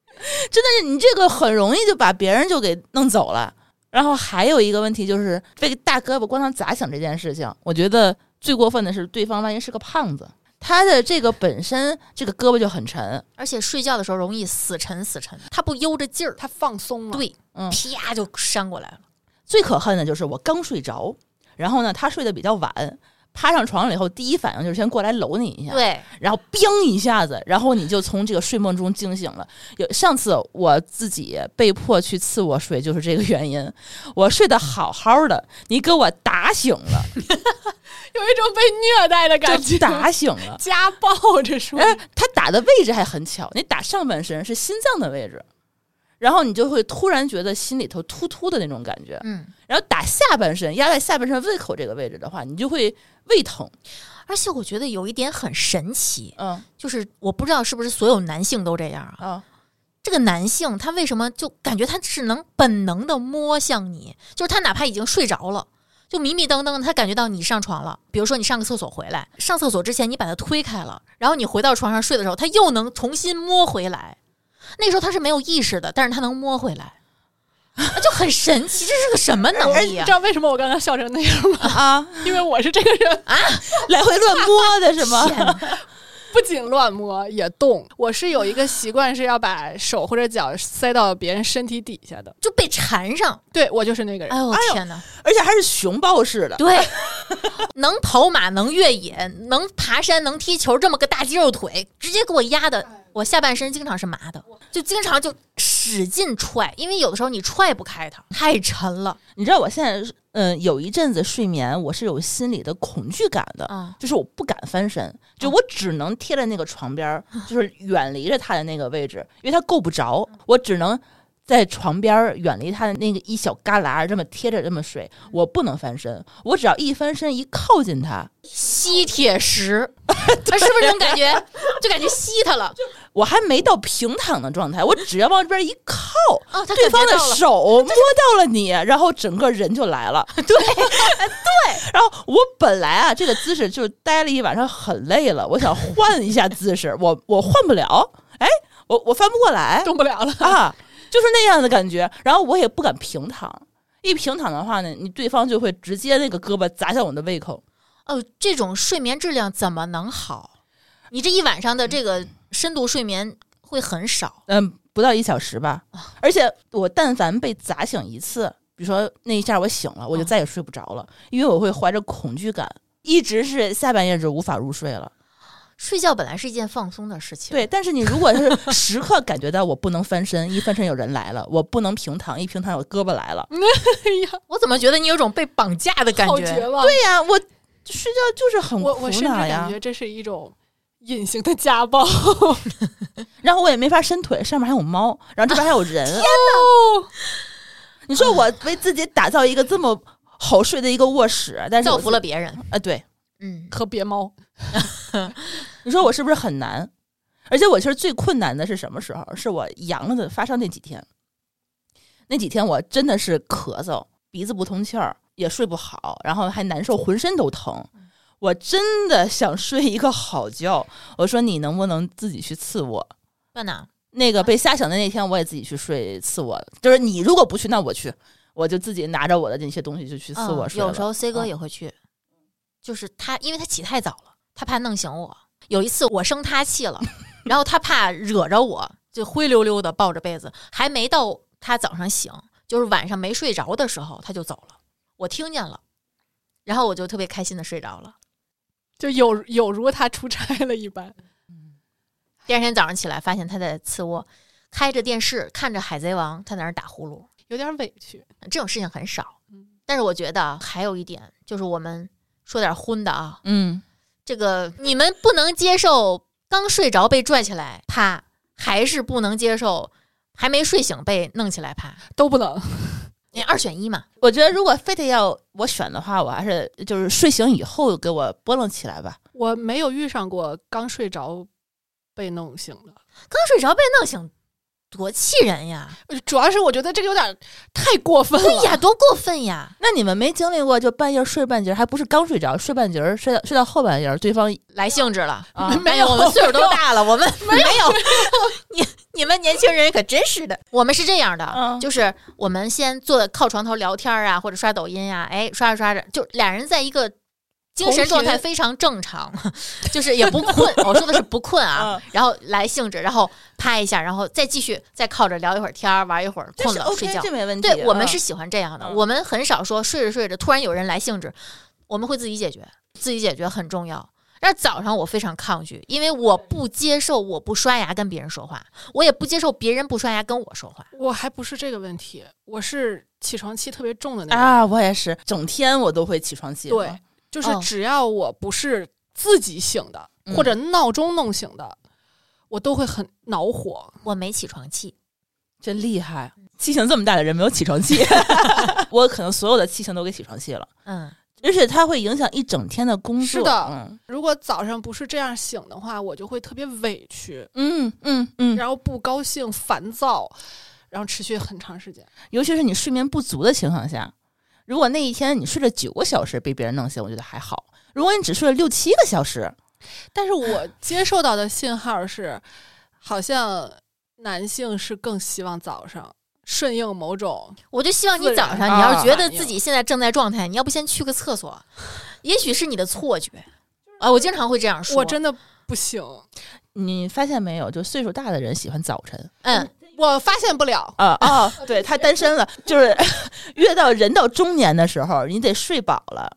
S2: 的是你这个很容易就把别人就给弄走了。然后还有一个问题就是被大胳膊光当砸醒这件事情，我觉得最过分的是对方万一是个胖子，他的这个本身这个胳膊就很沉，
S4: 而且睡觉的时候容易死沉死沉，他不悠着劲儿，
S3: 他放松了，
S4: 对，
S2: 嗯，
S4: 啪就扇过来了。
S2: 最可恨的就是我刚睡着，然后呢他睡得比较晚，趴上床了以后，第一反应就是先过来搂你一下，
S4: 对，
S2: 然后“bang” 一下子，然后你就从这个睡梦中惊醒了。有上次我自己被迫去次卧睡，就是这个原因。我睡得好好的，你给我打醒了，
S3: 有一种被虐待的感
S2: 就
S3: 觉，嗯
S2: 打醒了。
S3: 家暴这属于
S2: 哎，他打的位置还很巧，你打上半身是心脏的位置，然后你就会突然觉得心里头突突的那种感觉。
S4: 嗯。
S2: 然后打下半身，压在下半身胃口这个位置的话，你就会胃疼。
S4: 而且我觉得有一点很神奇，
S2: 嗯
S4: 就是我不知道是不是所有男性都这样啊。
S2: 啊，
S4: 这个男性他为什么就感觉他是能本能的摸向你？就是他哪怕已经睡着了，就迷迷瞪瞪，他感觉到你上床了。比如说你上个厕所回来，上厕所之前你把他推开了，然后你回到床上睡的时候，他又能重新摸回来。那时候他是没有意识的，但是他能摸回来， [LAUGHS] 啊就很神奇。这是个什么能
S3: 哎，
S4: 力
S3: 你
S4: 啊
S3: 知？道为什么我刚刚笑成那样吗？
S2: 啊，
S3: 因为我是这个人，
S2: 来回乱摸的是
S4: [LAUGHS]
S2: 吗？
S4: 天哪
S3: 不仅乱摸也动。我是有一个习惯，是要把手或者脚塞到别人身体底下的。
S4: 就被缠上！
S3: 对我就是那个人
S4: 哎，呦
S2: 哎呦
S4: 天哪！
S2: 而且还是熊抱式的。
S4: 对， [LAUGHS] 能跑马，能越野，能爬山，能踢球，这么个大肌肉腿，直接给我压的，
S2: 哎
S4: 我下半身经常是麻的，就经常就使劲踹，因为有的时候你踹不开它，太沉了
S2: 你知道我现在是嗯有一阵子睡眠我是有心理的恐惧感的，
S4: 啊、
S2: 就是我不敢翻身，就我只能贴在那个床边儿，就是远离着他的那个位置，因为他够不着，我只能在床边儿远离他的那个一小旮旯儿这么贴着这么睡，我不能翻身，我只要一翻身一靠近他，
S4: 吸铁石，
S2: 哦
S4: [LAUGHS] 啊是不是这种感觉？就感觉吸它了，
S2: 我还没到平躺的状态，我只要往这边一靠，
S4: 啊、它
S2: 对
S4: 感
S2: 方
S4: 觉
S2: 的
S4: 到
S2: [LAUGHS]
S4: 了，
S2: 手摸到了你，然后整个人就来了。对 [LAUGHS] 哎对，然后我本来啊这个姿势就是待了一晚上很累了，我想换一下姿势，我我换不了，哎，我我翻不过来
S3: 动不了 [LAUGHS] 了。
S2: 啊，就是那样的感觉。然后我也不敢平躺，一平躺的话呢，你对方就会直接那个胳膊砸向我的胃口。
S4: 哦、这种睡眠质量怎么能好？你这一晚上的这个深度睡眠会很少。
S2: 嗯，不到一小时吧。
S3: 啊
S2: 而且我但凡被砸醒一次，比如说那一下我醒了，我就
S3: 啊
S2: 再也睡不着了，因为我会怀着恐惧感，一直是下半夜就无法入睡了。
S4: 睡觉本来是一件放松的事情，
S2: 对，但是你如果是时刻感觉到我不能翻身，一翻身有人来了，我不能平躺，一平躺有胳膊来了。
S3: 哎呀，
S4: 我怎么觉得你有种被绑架的感
S3: 好
S4: 觉？
S3: 绝望！对
S2: 对哎呀、我睡觉就是很
S3: 我
S2: 苦
S3: 我甚至
S2: 恼
S3: 感
S2: 呀
S3: 觉，这是一种隐形的家暴。
S2: 然后我也没法伸腿，上面还有猫，然后这边还有
S3: 啊
S2: 人。
S3: 哦，
S2: 你说我为自己打造一个这么好睡的一个卧室，但是
S4: 造
S2: 我
S4: 福了别人。
S2: 啊，对，
S4: 嗯，
S3: 和别猫，
S2: 你说我是不是很难？而且我其实最困难的是什么时候？是我阳了的发烧那几天。那几天我真的是咳嗽，鼻子不通气儿，也睡不好，然后还难受，浑身都疼。我真的想睡一个好觉。我说你能不能自己去刺我？
S4: 笨呐，
S2: 那个被吓醒的那天，我也自己去睡刺我。就是你如果不去，那我去，我就自己拿着我的那些东西就去刺我
S4: 嗯
S2: 睡了。
S4: 有时候 C 哥
S2: 嗯
S4: 也会去，就是他，因为他起太早了，他怕弄醒我。有一次我生他气
S2: [LAUGHS]
S4: 了，然后他怕惹着我，就灰溜溜的抱着被子，还没到他早上醒，就是晚上没睡着的时候，他就走了。我听见了，然后我就特别开心的睡着了。
S3: 就有有如他出差了一般。
S4: 第二天早上起来，发现他在次卧，开着电视看着《海贼王》，他在那儿打呼噜。
S3: 有点委屈，
S4: 这种事情很少
S3: 嗯。
S4: 但是我觉得啊还有一点，就是我们说点荤的啊，
S2: 嗯，
S4: 这个你们不能接受刚睡着被拽起来啪，还是不能接受还没睡醒被弄起来啪，
S3: 都不能。 [LAUGHS]
S4: 你二选一嘛，
S2: 我觉得如果非得要我选的话，我还是就是睡醒以后给我拨弄起来吧。
S3: 我没有遇上过刚睡着被弄醒的。
S4: 刚睡着被弄醒，多气人呀！
S3: 呃主要是我觉得这个有点太过分了。
S4: 对呀，多过分呀！
S2: 那你们没经历过就半夜睡半截儿，还不是刚睡着，睡半截儿，睡到睡到后半夜儿，对方
S4: 来兴致了，
S2: 啊
S3: 没
S4: 哎
S3: 有
S4: 呦我们岁数都大了，我们没有。你你们年轻人可真是的，我们是这样的，
S2: 嗯
S4: 就是我们先坐靠床头聊天啊，或者刷抖音啊，哎，刷着刷着，就俩人在一个精神状态
S3: 同频
S4: 非常正常， [LAUGHS] 就是也不困。 [LAUGHS] 我说的是不困啊，然后来兴致，然后啪一下，然后再继续再靠着聊一会儿天儿，玩一会儿，
S2: 这
S4: 困
S2: 是
S4: 了
S2: OK，
S4: 睡觉。
S2: 这没问题。
S4: 对我们
S2: 嗯
S4: 是喜欢这样的，
S2: 嗯
S4: 我们很少说睡着睡着突然有人来兴致，我们会自己解决，自己解决很重要。但是早上我非常抗拒，因为我不接受我不刷牙跟别人说话，我也不接受别人不刷牙跟我说话。
S3: 我还不是这个问题，我是起床气特别重的那种。
S2: 啊，我也是，整天我都会起床气。
S3: 对，就是
S4: 哦
S3: 只要我不是自己醒的，
S2: 嗯
S3: 或者闹钟弄醒的，我都会很恼火。
S4: 我没起床气，
S2: 真厉害，气性这么大的人没有起床气，我可能所有的气性都给起床气了，
S4: 嗯，
S2: 而且它会影响一整天的工作。
S3: 是的
S2: 嗯
S3: 如果早上不是这样醒的话，我就会特别委屈，
S2: 嗯嗯嗯，
S3: 然后不高兴、烦躁，然后持续很长时间。
S2: 尤其是你睡眠不足的情况下，如果那一天你睡了九个小时被别人弄醒，我觉得还好；如果你只睡了六七个小时，
S3: 但是我 [LAUGHS] 接受到的信号是，好像男性是更希望早上顺应某种
S4: 我就希望你
S3: 自
S4: 早
S3: 然
S4: 上，你要是觉得
S3: 反应
S4: 自己现在正在状态，你要不先去个厕所，也许是你的错觉啊，我经常会这样说。
S3: 我真的不行，
S2: 你发现没有？就岁数大的人喜欢早晨
S4: 嗯，
S3: 我发现不了。
S2: 啊
S4: 哦
S2: 啊！对他单身了，就是 [LAUGHS] 越到人到中年的时候，你得睡饱了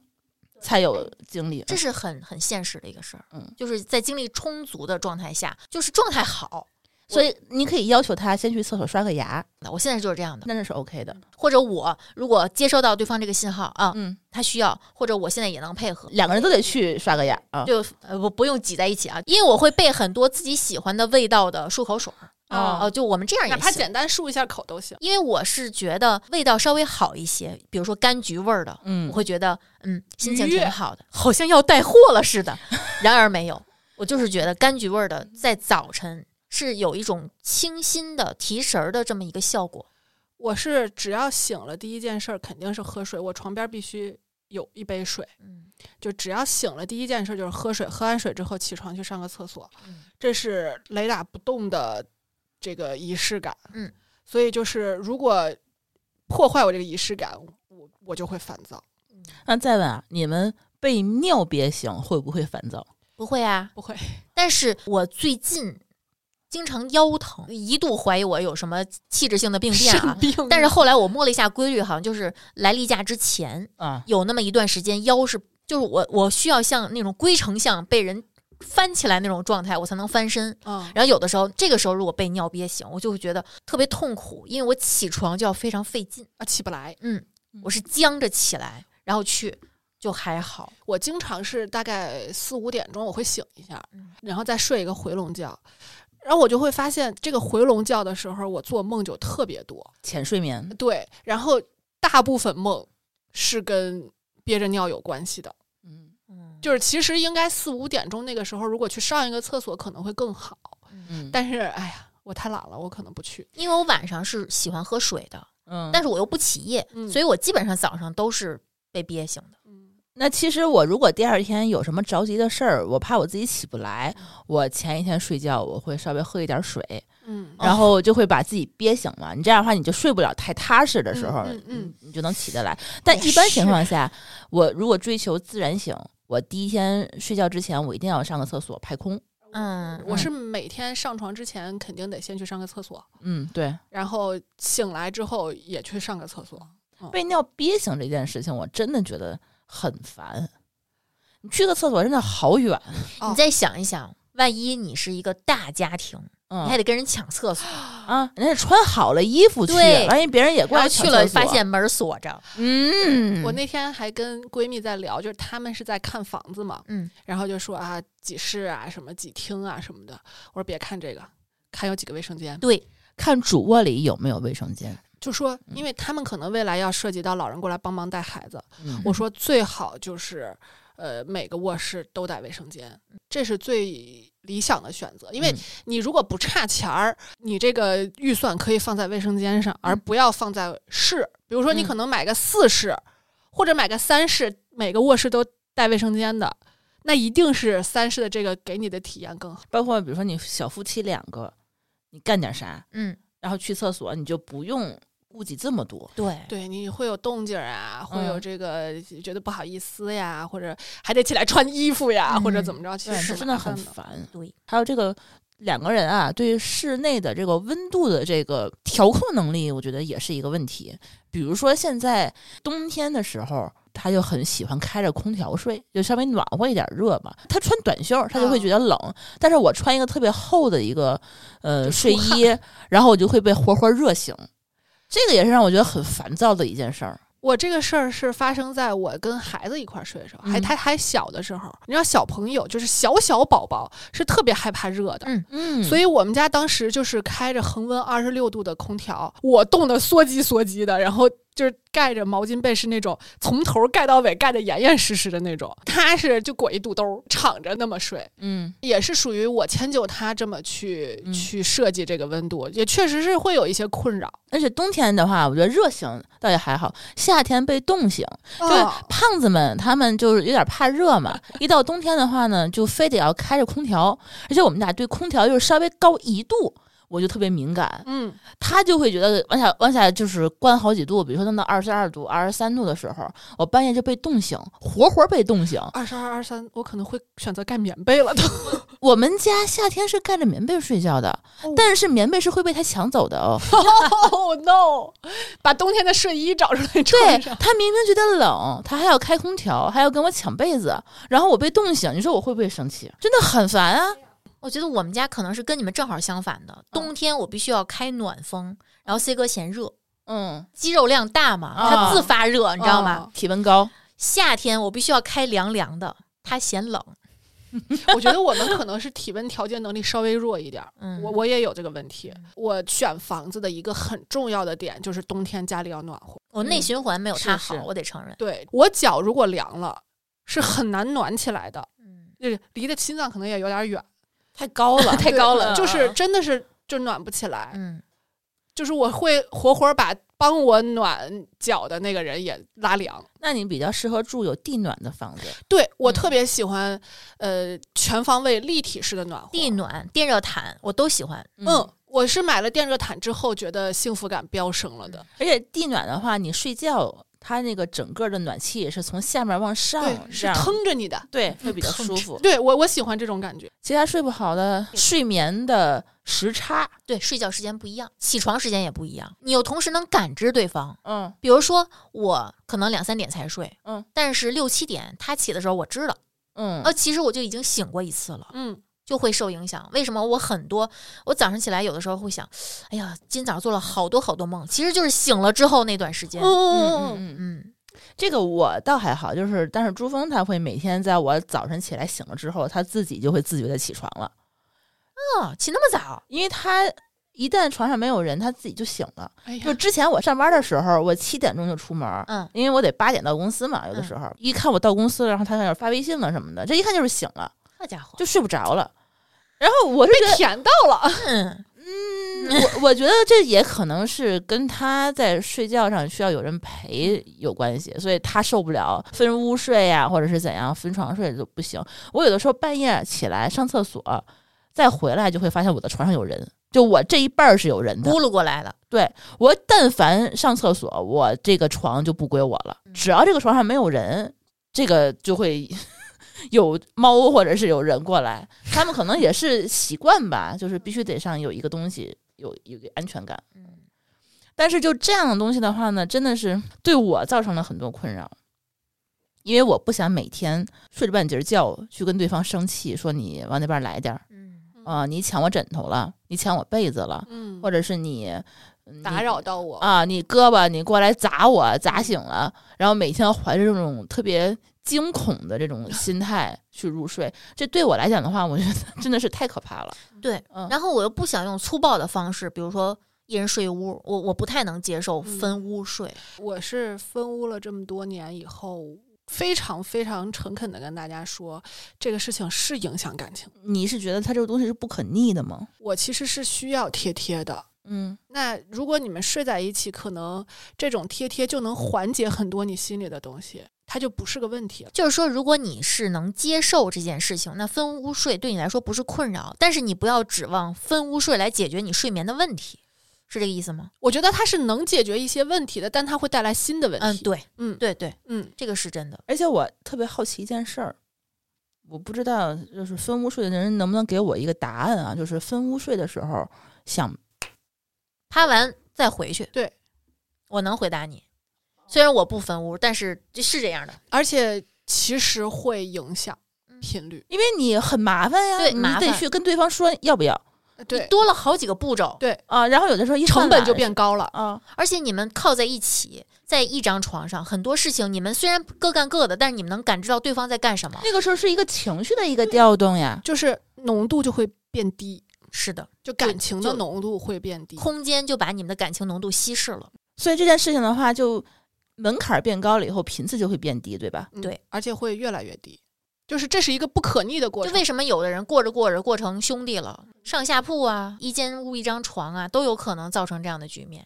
S2: 才有精力。
S4: 这是很很现实的一个事儿，
S2: 嗯
S4: 就是在精力充足的状态下，就是状态好。
S2: 所以你可以要求他先去厕所刷个牙，
S4: 那我现在就是这样的，
S2: 那那是 OK 的。
S4: 或者我如果接收到对方这个信号啊，
S2: 嗯，
S4: 他需要，或者我现在也能配合，
S2: 两个人都得去刷个牙啊。
S4: 就呃不不用挤在一起啊，因为我会备很多自己喜欢的味道的漱口水儿
S3: 啊
S4: 哦，就我们这样也
S3: 哪怕
S4: 行。
S3: 简单漱一下口都行。
S4: 因为我是觉得味道稍微好一些，比如说柑橘味儿的，
S2: 嗯
S4: 我会觉得嗯心情
S3: 愉悦
S4: 挺好的，好像要带货了似的。 [LAUGHS] 然而没有，我就是觉得柑橘味儿的在早晨是有一种清新的提神儿的这么一个效果。
S3: 我是只要醒了，第一件事儿肯定是喝水，我床边必须有一杯水。
S4: 嗯，
S3: 就只要醒了，第一件事就是喝水，喝完水之后起床去上个厕所
S4: 嗯，
S3: 这是雷打不动的这个仪式感。
S4: 嗯，
S3: 所以就是如果破坏我这个仪式感，我我就会烦躁，
S2: 那再问啊，你们被尿憋醒会不会烦躁？
S4: 不会啊，
S3: 不会。
S4: 但是我最近经常腰疼，一度怀疑我有什么器质性的病变啊
S3: 生。病，
S4: 但是后来我摸了一下规律，好像就是来例假之前
S2: 啊，
S4: 有那么一段时间腰是，就是我我需要像那种龟丞相被人翻起来那种状态，我才能翻身。
S3: 啊，
S4: 然后有的时候，这个时候如果被尿憋醒，我就会觉得特别痛苦，因为我起床就要非常费劲。
S3: 啊起不来。
S4: 嗯，我是僵着起来，然后去就还好。
S3: 我经常是大概四五点钟我会醒一下
S4: 嗯，
S3: 然后再睡一个回笼觉，然后我就会发现这个回笼觉的时候，我做梦就特别多。
S2: 浅睡眠。
S3: 对，然后大部分梦是跟憋着尿有关系的，
S2: 嗯
S4: 嗯，
S3: 就是其实应该四五点钟那个时候，如果去上一个厕所可能会更好，
S2: 嗯，
S3: 但是哎呀，我太懒了，我可能不去。
S4: 因为我晚上是喜欢喝水的，
S2: 嗯，
S4: 但是我又不起夜，
S3: 嗯
S4: 所以我基本上早上都是被憋醒的。
S3: 嗯，
S2: 那其实我如果第二天有什么着急的事儿，我怕我自己起不来，我前一天睡觉我会稍微喝一点水，
S3: 嗯
S2: 然后就会把自己憋醒嘛。你这样的话，你就睡不了太踏实的时候，
S3: 嗯嗯嗯
S2: 你你就能起得来。但一般情况下，我如果追求自然醒，我第一天睡觉之前我一定要上个厕所排空。
S4: 嗯，
S3: 我
S4: 嗯
S3: 是每天上床之前肯定得先去上个厕所，
S2: 嗯，对，
S3: 然后醒来之后也去上个厕所。
S2: 被尿憋醒这件事情，我真的觉得很烦。你去个厕所真的好远，
S3: 哦
S4: 嗯你再想一想，万一你是一个大家庭，
S2: 嗯
S4: 你还得跟人抢厕所，
S2: 啊，人家穿好了衣服去，
S4: 对
S2: 万一别人也过
S4: 然
S2: 来
S4: 后
S2: 抢
S4: 去了
S2: 厕所
S4: 发，现门儿锁着，
S2: 嗯，
S3: 我那天还跟闺蜜在聊，就是她们是在看房子嘛，
S4: 嗯，
S3: 然后就说啊几室啊什么几厅啊什么的，我说别看这个，看有几个卫生间。
S4: 对，
S2: 看主卧里有没有卫生间，
S3: 就说，因为他们可能未来要涉及到老人过来帮忙带孩子，
S1: 嗯
S3: 我说最好就是，呃，每个卧室都带卫生间，这是最理想的选择。因为
S2: 嗯
S3: 你如果不差钱儿，你这个预算可以放在卫生间上，而不要放在室。比如说，你
S4: 嗯
S3: 可能买个四室，或者买个三室，每个卧室都带卫生间的，那一定是三室的这个给你的体验更好。
S2: 包括比如说你小夫妻两个，你干点啥，
S4: 嗯，
S2: 然后去厕所你就不用顾及这么多。
S4: 对，
S3: 对，你会有动静儿啊，会有
S2: 嗯
S3: 这个觉得不好意思呀，或者还得起来穿衣服呀，或者怎么着，其实
S2: 这
S3: 是
S2: 嗯真
S3: 麻
S2: 的
S3: 烦
S2: 很
S3: 的。
S2: 烦。
S4: 对，
S2: 还有这个两个人啊，对于室内的这个温度的这个调控能力，我觉得也是一个问题。比如说现在冬天的时候，他就很喜欢开着空调睡，就稍微暖和一点热嘛。他穿短袖，他就会觉得冷；但是我穿一个特别厚的一个呃
S3: 就
S2: 睡
S3: 出
S2: 衣，然后我就会被活活热醒。这个也是让我觉得很烦躁的一件事儿。
S3: 我这个事儿是发生在我跟孩子一块儿睡的时候，还
S2: 嗯
S3: 他还小的时候。你知道小朋友就是小小宝宝是特别害怕热的，
S4: 嗯
S2: 嗯
S3: 所
S2: 以
S3: 以我们家当时就是开着恒温二十六度的空调，我冻得缩鸡缩鸡的，然后就是盖着毛巾被是那种从头盖到尾盖得严严实实的那种，他是就裹一肚兜儿敞着那么睡，
S2: 嗯
S3: 也是属于我迁就他这么去、
S2: 嗯
S3: 去设计这个温度，也确实是会有一些困扰。
S2: 而且冬天的话，我觉得热醒倒也还好，夏天被冻醒，
S3: 就
S2: 就是胖子们他们就是有点怕热嘛，一到冬天的话呢，就非得要开着空调，而且我们俩对空调又是稍微高一度。我就特别敏感，
S3: 嗯，
S2: 他就会觉得往下往下就是关好几度，比如说弄到二十二度、二十三度的时候，我半夜就被冻醒，活活被冻醒。
S3: 二十二、二三，我可能会选择盖棉被了都。
S2: 我们家夏天是盖着棉被睡觉的，
S3: 哦
S2: 但是棉被是会被他抢走的哦。
S3: [LAUGHS] Oh no！把冬天的睡衣找出来
S2: 对
S3: [LAUGHS] 穿上。
S2: 他明明觉得冷，他还要开空调，还要跟我抢被子，然后我被冻醒，你说我会不会生气？真的很烦啊！
S4: 我觉得我们家可能是跟你们正好相反的，冬天我必须要开暖风，然后 C 哥嫌热，
S2: 嗯，
S4: 肌肉量大嘛，他
S2: 啊
S4: 自发热，你知道吗？
S3: 啊
S2: 体温高，
S4: 夏天我必须要开凉凉的，他嫌冷。
S3: 我觉得我们可能是体温调节能力稍微弱一点儿。
S4: 嗯，
S3: 我我也有这个问题。我选房子的一个很重要的点就是冬天家里要暖和。
S4: 我内循环没有他
S2: 嗯是
S4: 好，
S2: 是
S4: 我得承认。
S3: 对我脚如果凉了，是很难暖起来的，
S4: 嗯，
S3: 就是离的心脏可能也有点远，
S2: 太高了，
S4: 太高
S2: 嗯
S4: 了
S3: 就是真的是就暖不起来。
S4: 嗯，
S3: 就是我会活活把帮我暖脚的那个人也拉凉。
S2: 那你比较适合住有地暖的房子，
S3: 对我
S4: 嗯
S3: 特别喜欢，呃，全方位立体式的暖和。
S4: 地暖、电热毯我都喜欢。
S3: 嗯，我是买了电热毯之后，觉得幸福感飙升了的。
S2: 而且地暖的话，你睡觉它那个整个的暖气也是从下面往上
S3: 对，
S2: 嗯这
S3: 是
S2: 样，
S3: 腾着你的。
S2: 对，会比较
S4: 腾
S2: 舒服。
S3: 对我，我喜欢这种感觉。
S2: 嗯 [LAUGHS] 其他睡不好的，睡眠的时差，
S4: 对，睡觉时间不一样，起床时间也不一样，你又同时能感知对方。
S2: 嗯
S4: 比如说，我可能两三点才睡，
S2: 嗯，
S4: 但是六七点他起的时候，我知道，
S2: 嗯
S4: 呃，其实我就已经醒过一次了，
S3: 嗯，
S4: 就会受影响。为什么我很多，我早上起来有的时候会想，哎呀，今早上做了好多好多梦，其实就是醒了之后那段时间。
S2: 嗯
S3: 嗯嗯
S2: 嗯嗯，
S4: 嗯，
S2: 这个我倒还好，就是但是朱峰他会每天在我早晨起来醒了之后，他自己就会自觉的起床了，
S4: 哦，起那么早，
S2: 因为他一旦床上没有人，他自己就醒了。
S3: 哎
S2: 就
S3: 呀，
S2: 之前我上班的时候，我七点钟就出门，
S4: 嗯，
S2: 因为我得八点到公司嘛，有的时候、一看我到公司了，然后他开始发微信了什么的，这一看就是醒了，
S4: 好家伙，
S2: 就睡不着了。然后我是觉得，
S3: 甜到了。
S4: 嗯，
S2: 我我觉得这也可能是跟他在睡觉上需要有人陪有关系，所以他受不了分屋睡呀、或者是怎样分床睡就不行。我有的时候半夜起来上厕所，再回来就会发现我的床上有人，就我这一半儿是有人的。
S4: 咕噜过来了，
S2: 对我，但凡上厕所，我这个床就不归我了。
S4: 嗯
S2: 只要这个床上没有人，这个就会 [LAUGHS] 有猫或者是有人过来。他们可能也是习惯
S4: [LAUGHS]
S2: 吧，就是必须得上有一个东西，有有个安全感。
S4: 嗯，
S2: 但是就这样的东西的话呢，真的是对我造成了很多困扰，因为我不想每天睡着半截儿觉去跟对方生气，说你往那边来点儿
S4: 嗯，
S2: 啊、你抢我枕头了，你抢我被子了，
S3: 嗯，
S2: 或者是你嗯你
S3: 打扰到我。
S2: 啊，你胳膊你过来砸我，砸醒了，然后每天怀着这种特别惊恐的这 [CLEARS THROAT] 种心态去入睡，这对我 [LAUGHS] 来讲的话，我觉得真的是太可怕了。
S4: 对。
S2: 嗯
S4: 然后我又不想用粗暴的方式，比如说一人睡一屋，我我不太能接受
S2: 嗯
S4: 分屋睡。
S3: 我是分屋了这么多年以后，非常非常诚恳的跟大家说，这个事情是影响感情。
S4: 嗯
S2: 你是觉得它这个东西是不可逆的吗？
S3: 我其实是需要贴贴的。
S2: 嗯，
S3: 那如果你们睡在一起，可能这种贴贴就能缓解很多你心里的东西，它就不是个问题了。
S4: 就是说，如果你是能接受这件事情，那分屋睡对你来说不是困扰，但是你不要指望分屋睡来解决你睡眠的问题，是这个意思吗？
S3: 我觉得它是能解决一些问题的，但它会带来新的问
S4: 嗯，
S3: 题。
S4: 对，
S3: 嗯
S4: 对对，
S3: 嗯
S4: 这个是真的。
S2: 而且我特别好奇一件事儿，我不知道就是分屋睡的人能不能给我一个答案啊？就是分屋睡的时候想
S4: 趴完再回去，
S3: 对
S4: 我能回答你。虽然我不分屋，但是是这样的。
S3: 而且其实会影响
S4: 嗯
S3: 频率。
S2: 因为你很麻烦呀，
S4: 对
S2: 你
S4: 麻
S2: 得
S4: 烦
S2: 去跟对方说要不要
S4: 你
S3: 呃对，
S4: 多了好几个步骤，
S3: 对
S2: 啊。然后有的时候一犯
S3: 成本就
S2: 懒
S3: 变高了。
S2: 啊，
S4: 而且你们靠在一起，在一张床上，很多事情你们虽然各干各的，但是你们能感知到对方在干什么。
S2: 那个时候是一个情绪的一个调动呀。
S3: 就是浓度就会变低，
S4: 是的，
S3: 就感情
S4: 就
S3: 的浓度会变低。
S4: 空间就把你们的感情浓度稀释了。
S2: 所以这件事情的话，就门槛变高了以后，频次就会变低，对吧？
S3: 嗯
S4: 对，
S3: 而且会越来越低，就是这是一个不可逆的过
S4: 就
S3: 程。
S4: 为什么有的人过着过着过成兄弟了，上下铺啊，一间屋一张床啊，都有可能造成这样的局面。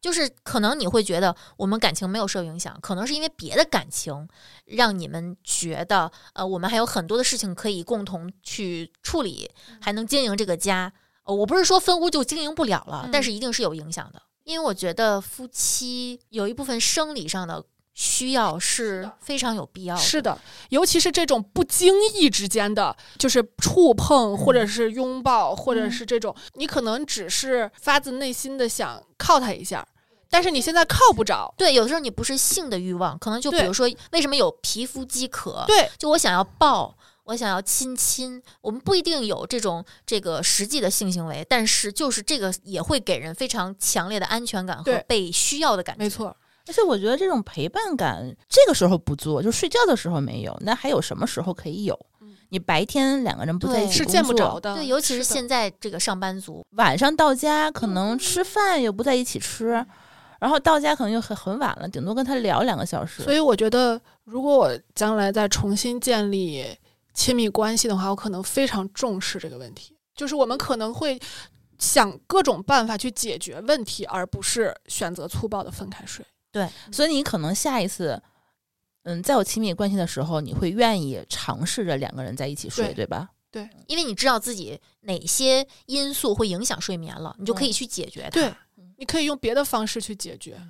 S4: 就是可能你会觉得我们感情没有受影响，可能是因为别的感情让你们觉得，呃，我们还有很多的事情可以共同去处理，
S3: 嗯
S4: 还能经营这个家。呃我不是说分屋就经营不了了，
S3: 嗯
S4: 但是一定是有影响的，因为我觉得夫妻有一部分生理上的需要是非常有必要的。
S3: 是的，尤其是这种不经意之间的，就是触碰或
S4: 嗯
S3: 者是拥抱，或者是这种，你可能只是发自内心的想靠他一下，但是你现在靠不着。
S4: 对，有的时候你不是性的欲望，可能就比
S3: 对
S4: 如说，为什么有皮肤饥渴？
S3: 对，
S4: 就我想要抱，我想要亲亲，我们不一定有这种这个实际的性行为，但是就是这个也会给人非常强烈的安全感和
S3: 对
S4: 被需要的感觉。
S3: 没，错，
S2: 而且我觉得这种陪伴感，这个时候不做，就睡觉的时候没有，那还有什么时候可以有
S3: 嗯？
S2: 你白天两个人不在一
S4: 对
S2: 起
S3: 是
S2: 工
S3: 见不
S2: 作
S3: 着的。
S4: 对，尤其是
S3: 的
S4: 现在这个上班族，
S2: 晚上到
S3: 嗯
S2: 家可能吃饭又不在一起吃，然后到家可能又很很晚了，顶多跟他聊两个小时。
S3: 所以我觉得，如果我将来再重新建立亲密关系的话，我可能非常重视这个问题，就是我们可能会想各种办法去解决问题，而不是选择粗暴的分开睡。
S2: 所以你可能下一次，嗯，在有亲密关系的时候，你会愿意尝试着两个人在一起睡，对
S3: 对
S2: 吧？
S4: 因为你知道自己哪些因素会影响睡眠了，你就可以去解决它。
S3: 嗯对，你可以用别的方式去解决。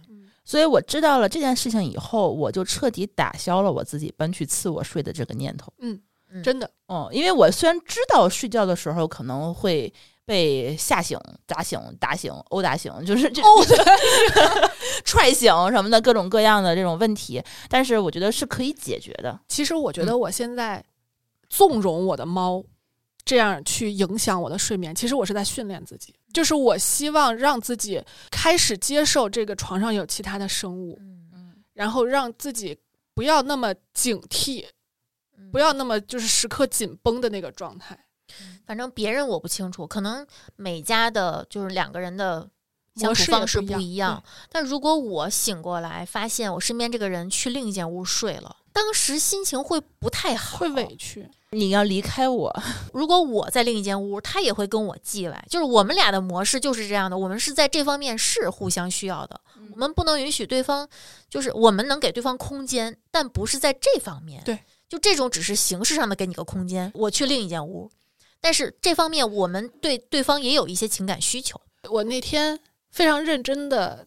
S2: 所以我知道了这件事情以后，我就彻底打消了我自己搬去次卧睡的这个念头。
S4: 嗯
S3: 真的，
S2: 哦、因为我虽然知道睡觉的时候可能会被吓醒、砸醒、打醒、殴打醒，就是这、 [LAUGHS] 踹醒什么的各种各样的这种问题，但是我觉得是可以解决的。
S3: 其实我觉
S4: 嗯
S3: 得我现在纵容我的猫这样去影响我的睡眠，其实我是在训练自己，就是我希望让自己开始接受这个床上有其他的生物。
S4: 嗯，
S3: 然后让自己不要那么警惕，
S4: 嗯
S3: 不要那么就是时刻紧绷的那个状态。
S4: 反正别人我不清楚，可能每家的就是两个人的相
S3: 模
S4: 处
S3: 式
S4: 方
S3: 也
S4: 式
S3: 不一
S4: 不
S3: 样
S4: 一样。但如果我醒过来发现我身边这个人去另一间屋睡了，当时心情会不太好，
S3: 会委。屈，
S2: 你要离开我， [LAUGHS]
S4: 如果我在另一间屋，他也会跟我腻歪。就是我们俩的模式就是这样的，我们是在这方面是互相需要的，我们不能允许对方，就是我们能给对方空间，但不是在这方面。
S3: 对，
S4: 就这种只是形式上的给你个空间，我去另一间屋。但是这方面，我们对对方也有一些情感需求。
S3: 我那天非常认真的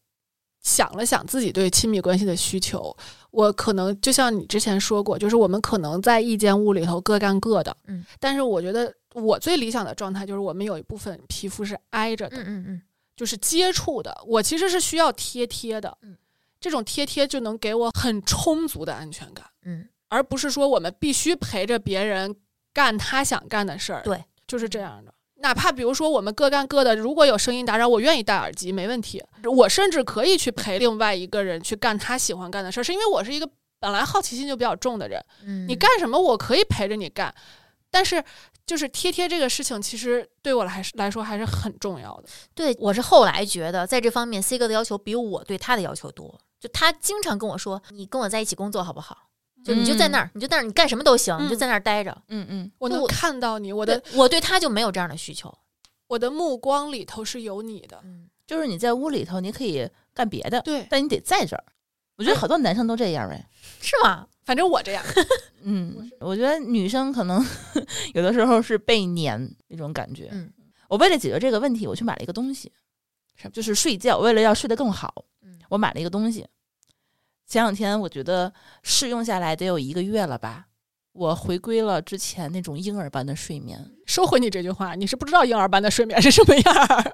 S3: 想了想自己对亲密关系的需求，我可能就像你之前说过，就是我们可能在一间屋里头各干各的，
S4: 嗯，
S3: 但是我觉得我最理想的状态就是我们有一部分皮肤是挨着的，
S4: 嗯嗯嗯，
S3: 就是接触的，我其实是需要贴贴的，
S4: 嗯，
S3: 这种贴贴就能给我很充足的安全感。
S4: 嗯，
S3: 而不是说我们必须陪着别人干他想干的事儿。
S4: 对，
S3: 就是这样的。哪怕比如说我们各干各的，如果有声音打扰，我愿意戴耳机，没问题。我甚至可以去陪另外一个人去干他喜欢干的事儿，是因为我是一个本来好奇心就比较重的人，
S4: 嗯
S3: 你干什么我可以陪着你干，但是就是贴贴这个事情，其实对我来来说还是很重要的。
S4: 对我是后来觉得，在这方面 C 哥的要求比我对他的要求多。就他经常跟我说：“你跟我在一起工作好不好？就你就在那儿，你就在那儿，你干什么都行，
S3: 嗯
S4: 你就在那儿待着。
S2: 嗯嗯，
S3: 我
S4: 就
S3: 能
S4: 我
S3: 看到你，我
S4: 我
S3: 的
S4: 我对他就没有这样的需求。
S3: 我的目光里头是有你的。
S4: 嗯，
S2: 就是你在屋里头你可以干别的，
S3: 对，
S2: 但你得在这儿。我觉得好多男生都这样哎。
S4: 是吗？
S3: 反正我这样， [LAUGHS]
S2: 嗯，我觉得女生可能 [LAUGHS] 有的时候是被撵那种感觉。
S4: 嗯，
S2: 我为了解决这个问题，我去买了一个东西，就是睡觉。为了要睡得更好，
S4: 嗯
S2: 我买了一个东西。前两天我觉得试用下来得有一个月了吧，我回归了之前那种婴儿般的睡眠。
S3: 收回你这句话，你是不知道婴儿般的睡眠是什么样儿。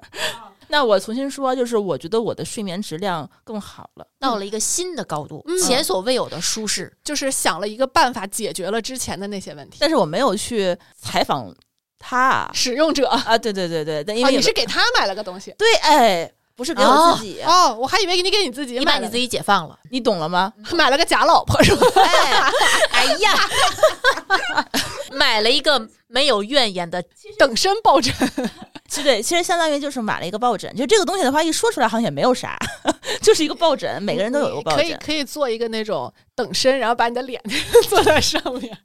S2: 那我重新说，就是我觉得我的睡眠质量更好了。
S4: 到了一个新的高度，
S3: 嗯
S4: 前所未有的舒适。
S3: 就是想了一个办法解决了之前的那些问题。
S2: 但是我没有去采访他啊，
S3: 使用者，哦，
S2: 啊对对对对，但因为有
S3: 你
S2: 的、
S3: 是给他买了个东西
S2: 对哎，不是给我自己，
S3: 哦，我还以为你给你自己
S4: 你把
S3: 买
S4: 你
S3: 了
S4: 自己解放了，
S2: 你懂了吗？
S3: 买了个假老婆是吧？
S4: 哎，哎呀，
S3: [LAUGHS]
S4: 买了一个没有怨言的，
S3: 等身抱枕，
S2: 其实对，其实相当于就是买了一个抱枕。就这个东西的话，一说出来好像也没有啥， [LAUGHS] 就是一个抱枕，每个人都有一个抱
S3: 可以
S2: 枕。
S3: 可以做一个那种等身，然后把你的脸 [LAUGHS] 坐在上面，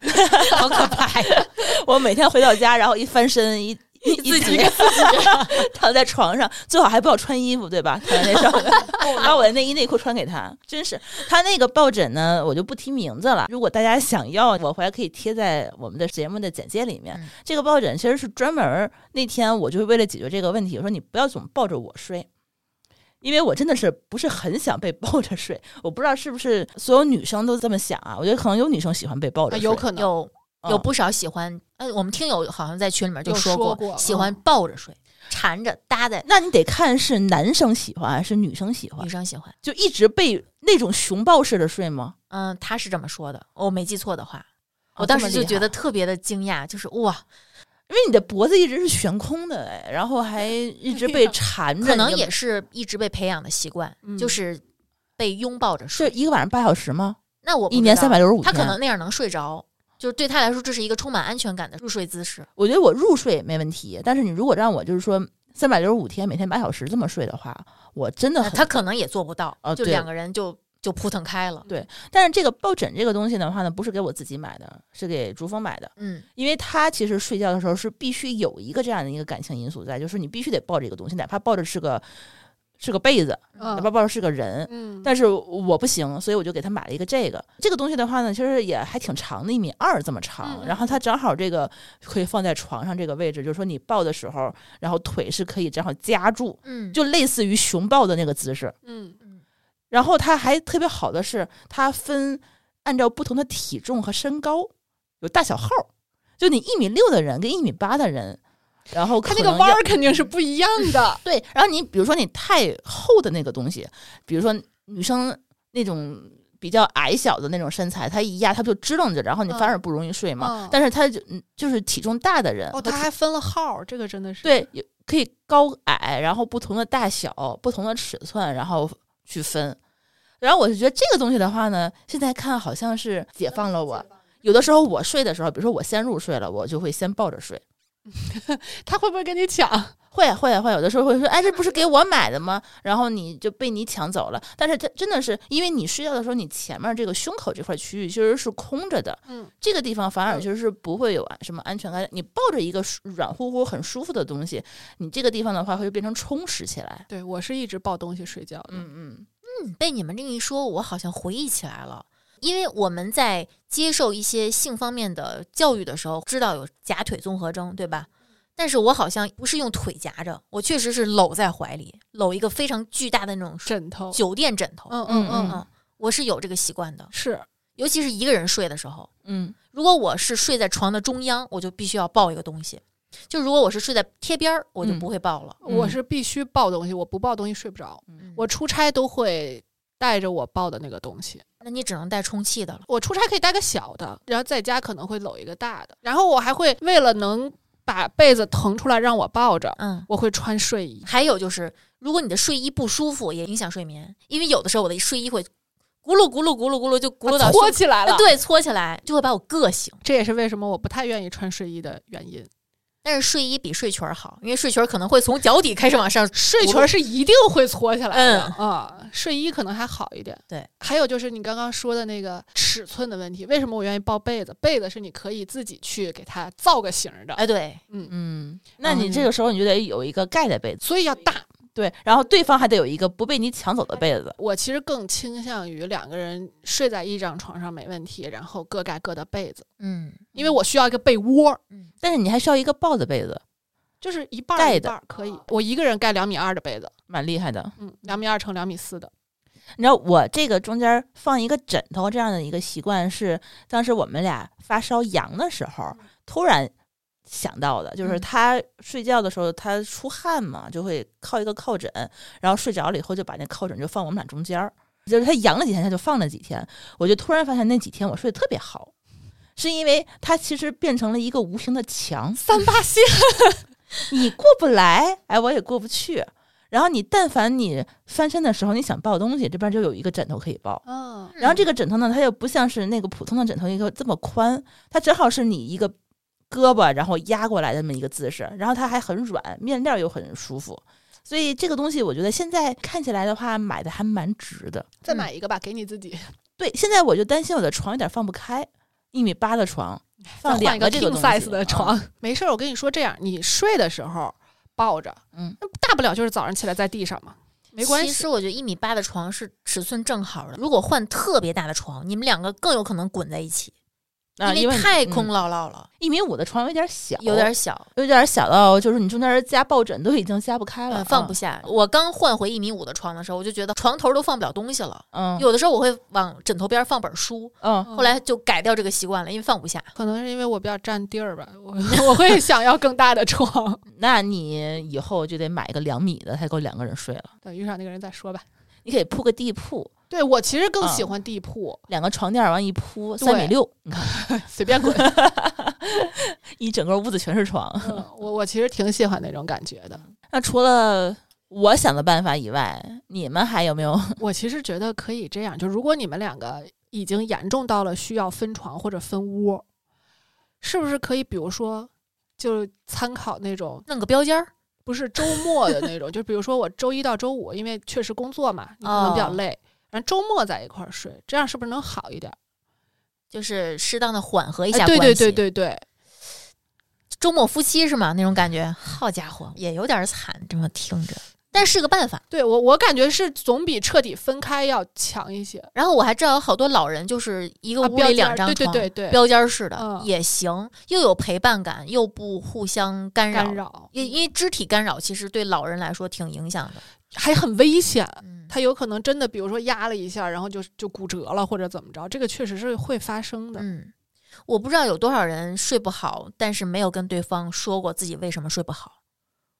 S2: 好可怕呀！我每天回到家，然后一翻身，一一
S4: 自己
S2: 一 [LAUGHS] 躺在床上，最好还不要穿衣服，对吧？躺在那上
S3: [LAUGHS]
S2: 面，把我的内衣内裤穿给他。真是他那个抱枕呢，我就不提名字了。如果大家想要，我回来可以贴在我们的节目的简介里面。
S4: 嗯
S2: 这个抱枕其实是专门儿那天我就是为了解决这个问题，我说你不要总抱着我睡。因为我真的是不是很想被抱着睡，我不知道是不是所有女生都这么想啊？我觉得可能有女生喜欢被抱着
S3: 啊
S2: 睡，
S3: 有可能。
S4: 有
S2: 嗯
S4: [LAUGHS] 有不少喜欢。呃，我们听友好像在群里面就
S3: 有
S4: 说
S3: 说过
S4: 喜欢
S3: 嗯
S4: 抱着睡，缠着搭在
S2: 那你得看是男生喜欢还是女生喜欢
S4: 女，生喜欢。
S2: 就一直被那种熊抱式的睡吗？
S4: 嗯，他是这么说的，我没记错的话，
S2: 哦
S4: 我当
S2: 这
S4: 时
S2: 么
S4: 就
S2: 厉害
S4: 觉得特别的惊讶，就是哇，
S2: 因为你的脖子一直是悬空的，哎，然后还一直被缠着，
S4: 可能
S2: 你就
S4: 也是一直被培养的习惯，
S3: 嗯
S4: 就是被拥抱着
S2: 是
S4: 睡。
S2: 一个晚上八小时吗？
S4: 那我不
S2: 一年
S4: 知道
S2: 三百六十五天，
S4: 他可能那样能睡着，就是对他来说这是一个充满安全感的入睡姿势。
S2: 我觉得我入睡没问题，但是你如果让我就是说三百六十五天每天八小时这么睡的话，我真的
S4: 那
S2: 很
S4: 他可能也做不到，
S2: 哦
S4: 就
S2: 对
S4: 两个人就就扑腾开了。
S2: 但是这个抱枕这个东西的话呢，不是给我自己买的，是给竹峰买的。
S4: 嗯，
S2: 因为他其实睡觉的时候是必须有一个这样的一个感情因素在，就是你必须得抱着一个东西，哪怕抱着是个是个被子，哪
S4: 哦
S2: 怕
S3: 嗯
S2: 抱着是个人。
S3: 嗯，
S2: 但是我不行，所以我就给他买了一个这个。这个东西的话呢，其实也还挺长的，一米二这么
S3: 嗯
S2: 长。
S3: 嗯
S2: 然后它正好这个可以放在床上这个位置，就是说你抱的时候，然后腿是可以正好夹住，
S4: 嗯，
S2: 就类似于熊抱的那个姿势。
S3: 嗯
S2: 然后它还特别好的是，它分按照不同的体重和身高有大小号儿，就你一米六的人跟一米八的人，然后
S3: 它
S2: 可
S3: 那个
S2: 能
S3: 弯
S2: 要
S3: 儿肯定是不一样
S2: [LAUGHS]
S3: 的。
S2: 对，然后你比如说你太厚的那个东西，比如说女生那种。比较矮小的那种身材，她一压她不就支棱着，然后你反而不容易睡嘛。
S3: 嗯
S2: 但是她就嗯就是体重大的人，
S3: 哦，
S2: 和
S3: 它还分了号儿，这个真的是。
S2: 对，有可以高矮，然后不同的大小、不同的尺寸，然后去分。然后我就觉得这个东西的话呢，现在看好像是嗯解放了我。有的时候我睡的时候，比如说我先入睡了，我就会先抱着睡。
S3: 它会不会跟你抢？
S2: 会啊会啊会啊，有的时候会说，哎，这不是给我买的吗？然后你就被你抢走了。但是它真的是，因为你睡觉的时候，你前面这个胸口这块区域其实是空着的，
S3: 嗯，
S2: 这个地方反而
S3: 嗯
S2: 就是不会有安什么安全感。你抱着一个舒软乎乎、很舒服的东西，你这个地方的话会变成充实起来。
S3: 对我是一直抱东西睡觉的。
S2: 嗯嗯，
S4: 被你们这么一说，我好像回忆起来了。因为我们在接受一些性方面的教育的时候，知道有夹腿综合征，对吧？但是我好像不是用腿夹着，我确实是搂在怀里，搂一个非常巨大的那种
S3: 枕头，
S4: 酒店枕头。
S3: 嗯
S2: 嗯
S3: 嗯
S2: 嗯
S3: 嗯，
S4: 嗯，我是有这个习惯的，
S3: 是
S4: 尤其是一个人睡的时候。
S2: 嗯，
S4: 如果我是睡在床的中央，我就必须要抱一个东西；就如果我是睡在贴边儿，我就
S2: 嗯
S4: 不会抱了。
S3: 我
S2: 嗯
S3: 是必须抱东西，我不抱东西睡不着。
S4: 嗯
S3: 我出差都会带着我抱的那个东西。
S4: 那你只能带充气的了。
S3: 我出差可以带个小的，然后在家可能会搂一个大的。然后我还会为了能把被子腾出来让我抱着，
S4: 嗯，
S3: 我会穿睡衣。
S4: 还有就是，如果你的睡衣不舒服，也影响睡眠，因为有的时候我的睡衣会咕噜咕噜咕噜咕噜就咕噜到胸
S3: 搓
S4: 哎
S3: 起来了，
S4: 对，搓起来就会把我硌醒。
S3: 这也是为什么我不太愿意穿睡衣的原因。
S4: 但是睡衣比睡裙儿好，因为睡裙儿可能会从脚底开始往上。
S3: 睡裙儿是一定会搓起来的
S4: 嗯
S3: 啊、睡衣可能还好一点。
S4: 对，
S3: 还有就是你刚刚说的那个尺寸的问题，为什么我愿意抱被子？被子是你可以自己去给它造个型儿的，
S4: 哎，对，
S2: 嗯，那你这个时候你就得有一个盖的被子，
S3: 所以要大。
S2: 对，然后对方还得有一个不被你抢走的被子，
S3: 我其实更倾向于两个人睡在一张床上没问题，然后各盖各的被子，
S4: 嗯，
S3: 因为我需要一个被窝，
S2: 但是你还需要一个抱的被子，
S3: 就是一半
S2: 盖
S3: 儿一
S2: 的哦
S3: 半儿可以。我一个人盖两米二的被子，
S2: 蛮厉害的。
S3: 嗯，两米二乘两米四的，
S2: 你知道我这个中间放一个枕头这样的一个习惯是，当时我们俩发烧阳的时候
S3: 嗯
S2: 突然想到的，就是
S4: 嗯
S2: 他睡觉的时候他出汗嘛，就会靠一个靠枕，然后睡着了以后就把那靠枕就放我们俩中间儿，就是他阳了几天他就放了几天，我就突然发现那几天我睡得特别好。是因为它其实变成了一个无形的墙，
S3: 三八线。
S2: [LAUGHS] 你过不来，哎，我也过不去。然后你但凡你翻身的时候，你想抱东西，这边就有一个枕头可以抱。
S3: 嗯，
S2: 然后这
S4: 个，
S2: 个枕头呢，它又不像是那个普通的枕头一个这么宽，它正好是你一个胳膊然后压过来的那么一个姿势，然后它还很软，面料又很舒服，所以这个东西我觉得现在看起来的话，买的还蛮值的。
S3: 再买一个吧，给你自己。
S2: 对，现在我就担心我的床有点放不开，一米八的床放
S3: 再换
S2: 两
S3: 一个
S2: 这个
S3: king
S2: 东西
S3: size 的床
S2: 啊，
S3: 没事儿。我跟你说，这样你睡的时候抱着，
S2: 嗯，
S3: 那大不了就是早上起来在地上嘛，没关
S4: 其
S3: 系。
S4: 实我觉得一米八的床是尺寸正好的，如果换特别大的床，你们两个更有可能滚在一起，
S2: 啊，因
S4: 为太空
S2: 了，
S4: 落落了，
S2: 一、米五的床有点小，
S4: 有点小，
S2: 有点小到就是你中间加抱枕都已经加不开了，
S4: 嗯，放
S2: 啊
S4: 不下。我刚换回一米五的床的时候，我就觉得床头都放不了东西了。
S2: 嗯
S4: 有的时候我会往枕头边儿放本儿书，
S2: 嗯
S4: 后来就改掉这个习惯了，因为放不下。
S3: 可能是因为我比较占地儿吧，我我
S2: [LAUGHS]
S3: 会想要更大的床。
S2: 那你以后就得买个两米的，才够两个人睡了。
S3: 等遇上那个人再说吧。
S2: 你可以铺个地铺，
S3: 对我其实更
S2: 嗯
S3: 喜欢地铺，
S2: 两个床垫儿往一铺，
S3: 对
S2: 三米六，你看
S3: 随便滚。
S2: 一整个屋子全是床。
S3: 嗯我我其实挺喜欢那种感觉的。
S2: 那除了我想的办法以外，你们还有没
S3: [LAUGHS]
S2: 有？
S4: 嗯
S3: 我其实觉得可以这样，就如果你们两个已经严重到了需要分床或者分屋，是不是可以比如说就参考那种
S4: 弄个标间儿，
S3: 不是周末的那种，就比如说我周一到周五，因为确实工作嘛，你可能比较
S4: 哦
S3: 累，然后周末在一块儿睡，这样是不是能好一点？
S4: 就是适当的缓和一
S3: 哎
S4: 下关
S3: 对
S4: 系。
S3: 对对，对对，
S4: 周末夫妻是吗？那种感觉，好家伙，也有点惨，这么听着，但是个办法。
S3: 对我我感觉是总比彻底分开要强一些。
S4: 然后我还知道有好多老人就是一个
S3: 啊
S4: 屋
S3: 标
S4: 里
S3: 间
S4: 两
S3: 儿
S4: 张
S3: 对
S4: 床，
S3: 对对对，
S4: 标间儿式的、
S3: 嗯
S4: 也行，又有陪伴感，又不互相干扰。
S3: 干扰
S4: 因因为肢体干扰其实对老人来说挺影响的，
S3: 还很危险，
S4: 嗯，
S3: 他有可能真的比如说压了一下，然后就就骨折了或者怎么着，这个确实是会发生的。
S4: 嗯，我不知道有多少人睡不好，但是没有跟对方说过自己为什么睡不好。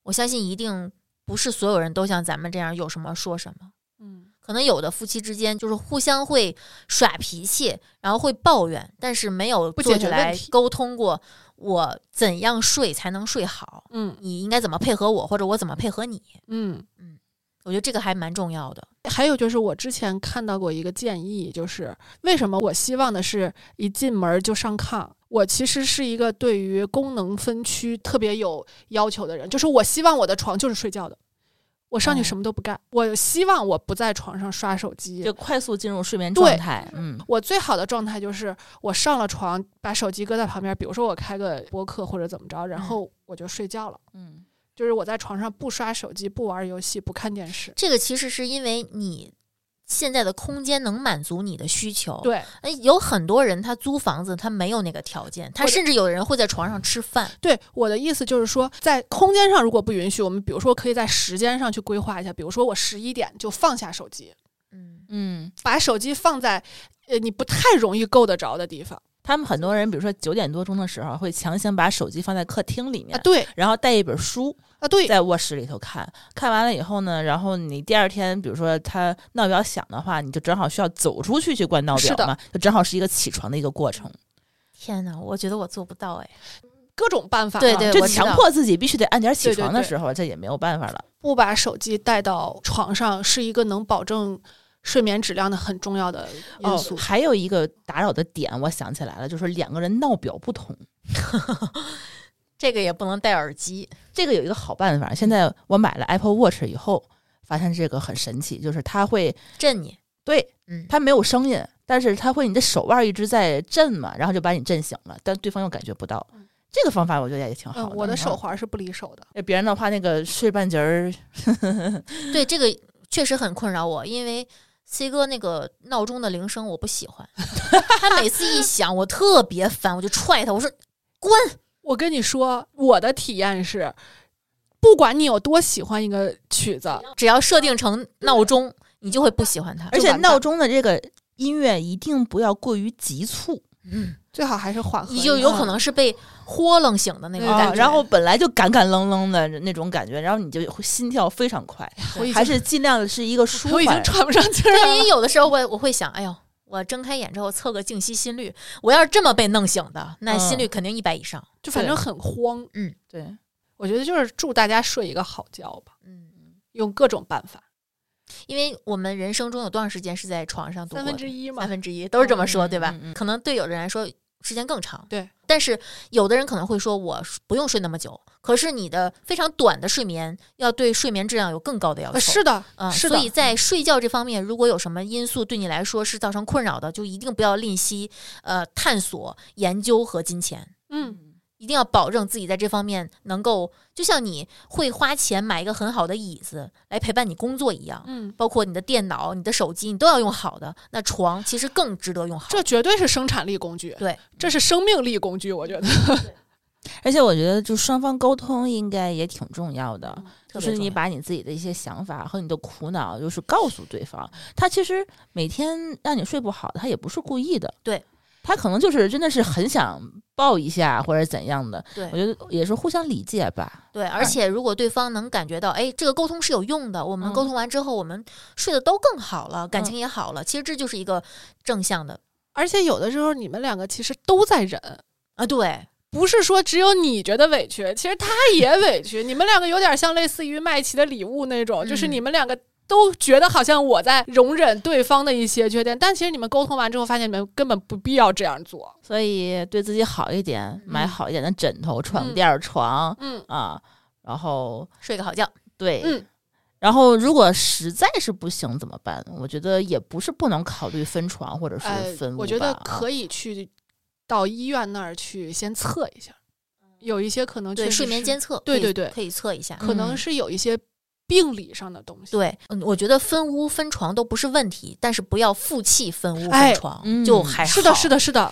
S4: 我相信一定不是所有人都像咱们这样有什么说什么。
S3: 嗯，
S4: 可能有的夫妻之间就是互相会耍脾气，然后会抱怨，但是没有
S3: 不
S4: 坐
S3: 解
S4: 下
S3: 决
S4: 来
S3: 问题
S4: 沟通过我怎样睡才能睡好，
S3: 嗯
S4: 你应该怎么配合我，或者我怎么配合你。
S3: 嗯。
S4: 我觉得这个还蛮重要的。
S3: 还有就是，我之前看到过一个建议，就是为什么我希望的是一进门就上炕。我其实是一个对于功能分区特别有要求的人，就是我希望我的床就是睡觉的，我上去
S4: 哦
S3: 什么都不干。我希望我不在床上刷手机
S2: 就，快速进入睡眠
S3: 对
S2: 状态。嗯，
S3: 我最好的状态就是我上了床，把手机搁在旁边，比如说我开个播客或者怎么着，然后我就睡觉了。
S2: 嗯，
S3: 就是我在床上不刷手机、不玩游戏、不看电视。
S4: 这个其实是因为你现在的空间能满足你的需求，
S3: 对，
S4: 哎，有很多人他租房子，他没有那个条件，他
S3: 或者
S4: 甚至有的人会在床上吃饭。
S3: 对，我的意思就是说，在空间上如果不允许，我们比如说可以在时间上去规划一下，比如说我十一点就放下手机，
S4: 嗯，
S2: 嗯，
S3: 把手机放在呃你不太容易够得着的地方啊
S2: 他们很多人，比如说九点多钟的时候，会强行把手机放在客厅里面，
S3: 啊，对
S2: 然后带一本书，
S3: 啊对，
S2: 在卧室里头看，看完了以后呢，然后你第二天，比如说他闹表响的话，你就正好需要走出去去关闹
S3: 是
S2: 表
S3: 的
S2: 嘛，就正好是一个起床的一个过程，
S4: 天哪，我觉得我做不到哎。 [LAUGHS]
S3: 各种办法啊，
S4: 对对
S2: 就
S4: 我知道
S2: 强迫自己必须得按点起
S3: 对对
S2: 床的
S3: 对
S2: 时候，这也没有办法了。
S3: 不把手机带到床上是一个能保证睡眠质量的很重要的因
S2: 哦
S3: 素。，
S2: 还有一个打扰的点，我想起来了，就是两个人闹表不同，
S4: 这个也不能戴耳机。
S2: 这个有一个好办法，现在我买了 Apple Watch 以后，发现这个很神奇，就是它会
S4: 震你，
S2: 对
S4: 嗯，
S2: 它没有声音，但是它会你的手腕一直在震嘛，然后就把你震醒了，但对方又感觉不到
S3: 嗯。
S2: 这个方法我觉得也挺好
S3: 嗯，
S2: 的。
S3: 我的手，环是不离手的。
S2: 哎别人的话那个睡半截儿，
S4: 对这个确实很困扰我，因为 C 哥那个闹钟的铃声我不喜欢， [LAUGHS] 他每次一响我特别烦，我就踹他，我说滚。
S3: 我跟你说，我的体验是，不管你有多喜欢一个曲子，
S4: 只要设定成闹钟，你就会不喜欢它。
S2: 哦而
S3: 就
S2: 且
S3: 完蛋
S2: 闹钟的这个音乐一定不要过于急促，
S4: 嗯，
S3: 最好还是缓和一
S4: 你
S3: 下。
S4: 就有可能是被豁楞醒的那种
S3: 对
S4: 感
S2: 啊
S4: 觉。
S2: 然后本来就赶赶愣愣的那种感觉，然后你就会心跳非常快，
S3: 我已经
S2: 还是尽量是一个舒
S3: 我已经
S2: 缓。
S3: 喘不上气儿
S4: 对，
S3: 了
S4: 因。为有的时候我我会想，哎呦，我睁开眼之后测个静息心率，我要是这么被弄醒的，那
S2: 嗯
S4: 心率肯定一百以上。
S3: 就反正很慌。
S2: 对，
S3: 我觉得就是祝大家睡一个好觉吧，
S4: 嗯，
S3: 用各种办法，
S4: 因为我们人生中有多长时间是在床上度过
S3: 三
S4: 的？
S3: 分之一嘛
S4: 三。分之一都是这么说，
S2: 嗯
S4: 对吧？
S2: 嗯嗯
S4: 可能对有的人来说时间更长，
S3: 对。
S4: 但是有的人可能会说，我不用睡那么久，可是你的非常短的睡眠要对睡眠质量有更高的要求。
S3: 呃是的，
S4: 嗯，
S3: 是
S4: 所以
S3: 的，
S4: 在睡觉这方面，如果有什么因素对你来说是造成困扰的，就一定不要吝惜呃探索、研究和金钱，
S3: 嗯，
S4: 一定要保证自己在这方面能够，就像你会花钱买一个很好的椅子来陪伴你工作一样，
S3: 嗯，
S4: 包括你的电脑、你的手机，你都要用好的。那床其实更值得用好。
S3: 这绝对是生产力工具，
S4: 对，
S3: 这是生命力工具，我觉得。
S2: 而且我觉得，就双方沟通应该也挺重要的，就
S4: 特别
S2: 是
S4: 重
S2: 你
S4: 要
S2: 把你自己的一些想法和你的苦恼，就是告诉对方。他其实每天让你睡不好，他也不是故意的，
S4: 对
S2: 他可能就是真的是很想抱一下或者怎样的。我
S4: 对
S2: 觉得也是互相理解吧。
S4: 对，
S3: 嗯
S4: 而且如果对方能感觉到，哎，这个沟通是有用的，我们
S2: 嗯
S4: 沟通完之后，我们睡得都更好了，感
S2: 嗯
S4: 情也好了，其实这就是一个正向的
S3: [LAUGHS] 而且有的时候你们两个其实都在忍，
S4: 啊，对。
S3: 不是说只有你觉得委屈，其实他也委屈。你们两个有点像类似于麦琪的礼物那种，就是
S4: 嗯
S3: 你们两个都觉得好像我在容忍对方的一些缺点，但其实你们沟通完之后，发现你们根本不必要这样做。
S2: 所以对自己好一点，买
S4: 嗯
S2: 好一点的枕头、
S3: 嗯
S2: 床垫儿、床
S3: 嗯，
S2: 啊，然后
S4: 睡个好觉。
S2: 对，
S3: 嗯
S2: 然后如果实在是不行怎么办？我觉得也不是不能考虑分床或者是
S3: 呃
S2: 分，屋吧、
S3: 我觉得可
S2: 以。
S3: 以去到医院那儿去先测一下，有一些可能
S4: 对，
S3: 嗯确实
S4: 睡眠
S3: 是
S4: 监测，
S3: 对
S4: 可以
S3: 对对
S4: 可以测一下。
S3: 可能
S2: 嗯
S3: 是有一些病理上的东西。
S4: 对，嗯，我觉得分屋分床都不是问题，但是不要负气分屋
S3: 哎
S4: 分床，
S2: 嗯
S4: 就还好。
S3: 是的，是，的，是的，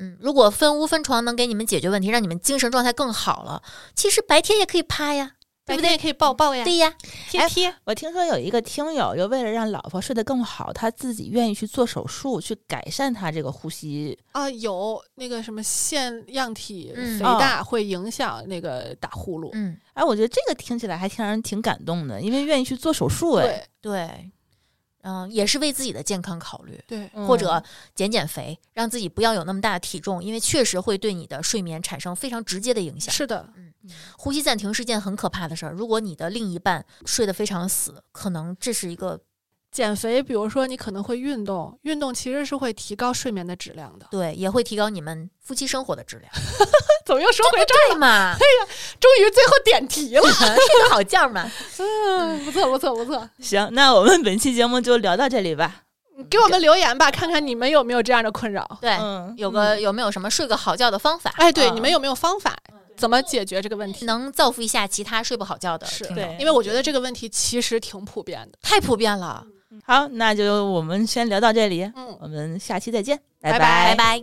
S4: 嗯，如果分屋分床能给你们解决问题，让你们精神状态更好了，其实白天也可以趴呀，对
S3: 白
S4: 不
S3: 天也
S4: 对？
S3: 可以啊抱抱呀，哎
S4: 对呀，
S3: 贴贴。
S2: 我听说有一个听友，就为了让老婆睡得更好，他自己愿意去做手术，去改善他这个呼吸。
S3: 啊，有那个什么腺样体
S4: 嗯
S3: 肥大会影响那个打呼噜，
S4: 嗯，
S2: 哎，我觉得这个听起来还挺让人挺感动的，因为愿意去做手术，哎，
S3: 对
S4: 对，嗯，也是为自己的健康考虑。
S3: 对，
S2: 嗯
S4: 或者减减肥，让自己不要有那么大的体重，因为确实会对你的睡眠产生非常直接的影响。
S3: 是的，
S4: 呼吸暂停是件很可怕的事儿。如果你的另一半睡得非常死，可能这是一个
S3: 减肥，比如说你可能会运动，运动其实是会提高睡眠的质量的。
S4: 对，也会提高你们夫妻生活的质量，
S3: [LAUGHS] 怎么又说回这儿？
S4: 对嘛？
S3: 终于最后点题了，
S4: [LAUGHS] 睡个好觉嘛。
S3: 嗯，不错，不错，不错。
S2: 行，那我们本期节目就聊到这里吧。
S3: 嗯给我们留言吧，看看你们有没有这样的困扰。
S4: 对，
S2: 嗯
S4: 哎有个有没有什么睡个好觉的方法，
S3: 哎，对，
S2: 嗯
S3: 你们有没有方法，怎么解决这个问题？
S4: 能造福一下其他睡不好觉的
S3: 嗯是
S4: 听
S2: 对
S4: 众？
S3: 因为我觉得这个问题其实挺普遍的。
S4: 太普遍了。
S2: 好，那就我们先聊到这里，
S3: 嗯
S2: 我们下期再见，
S3: 拜
S2: 拜
S4: 拜拜。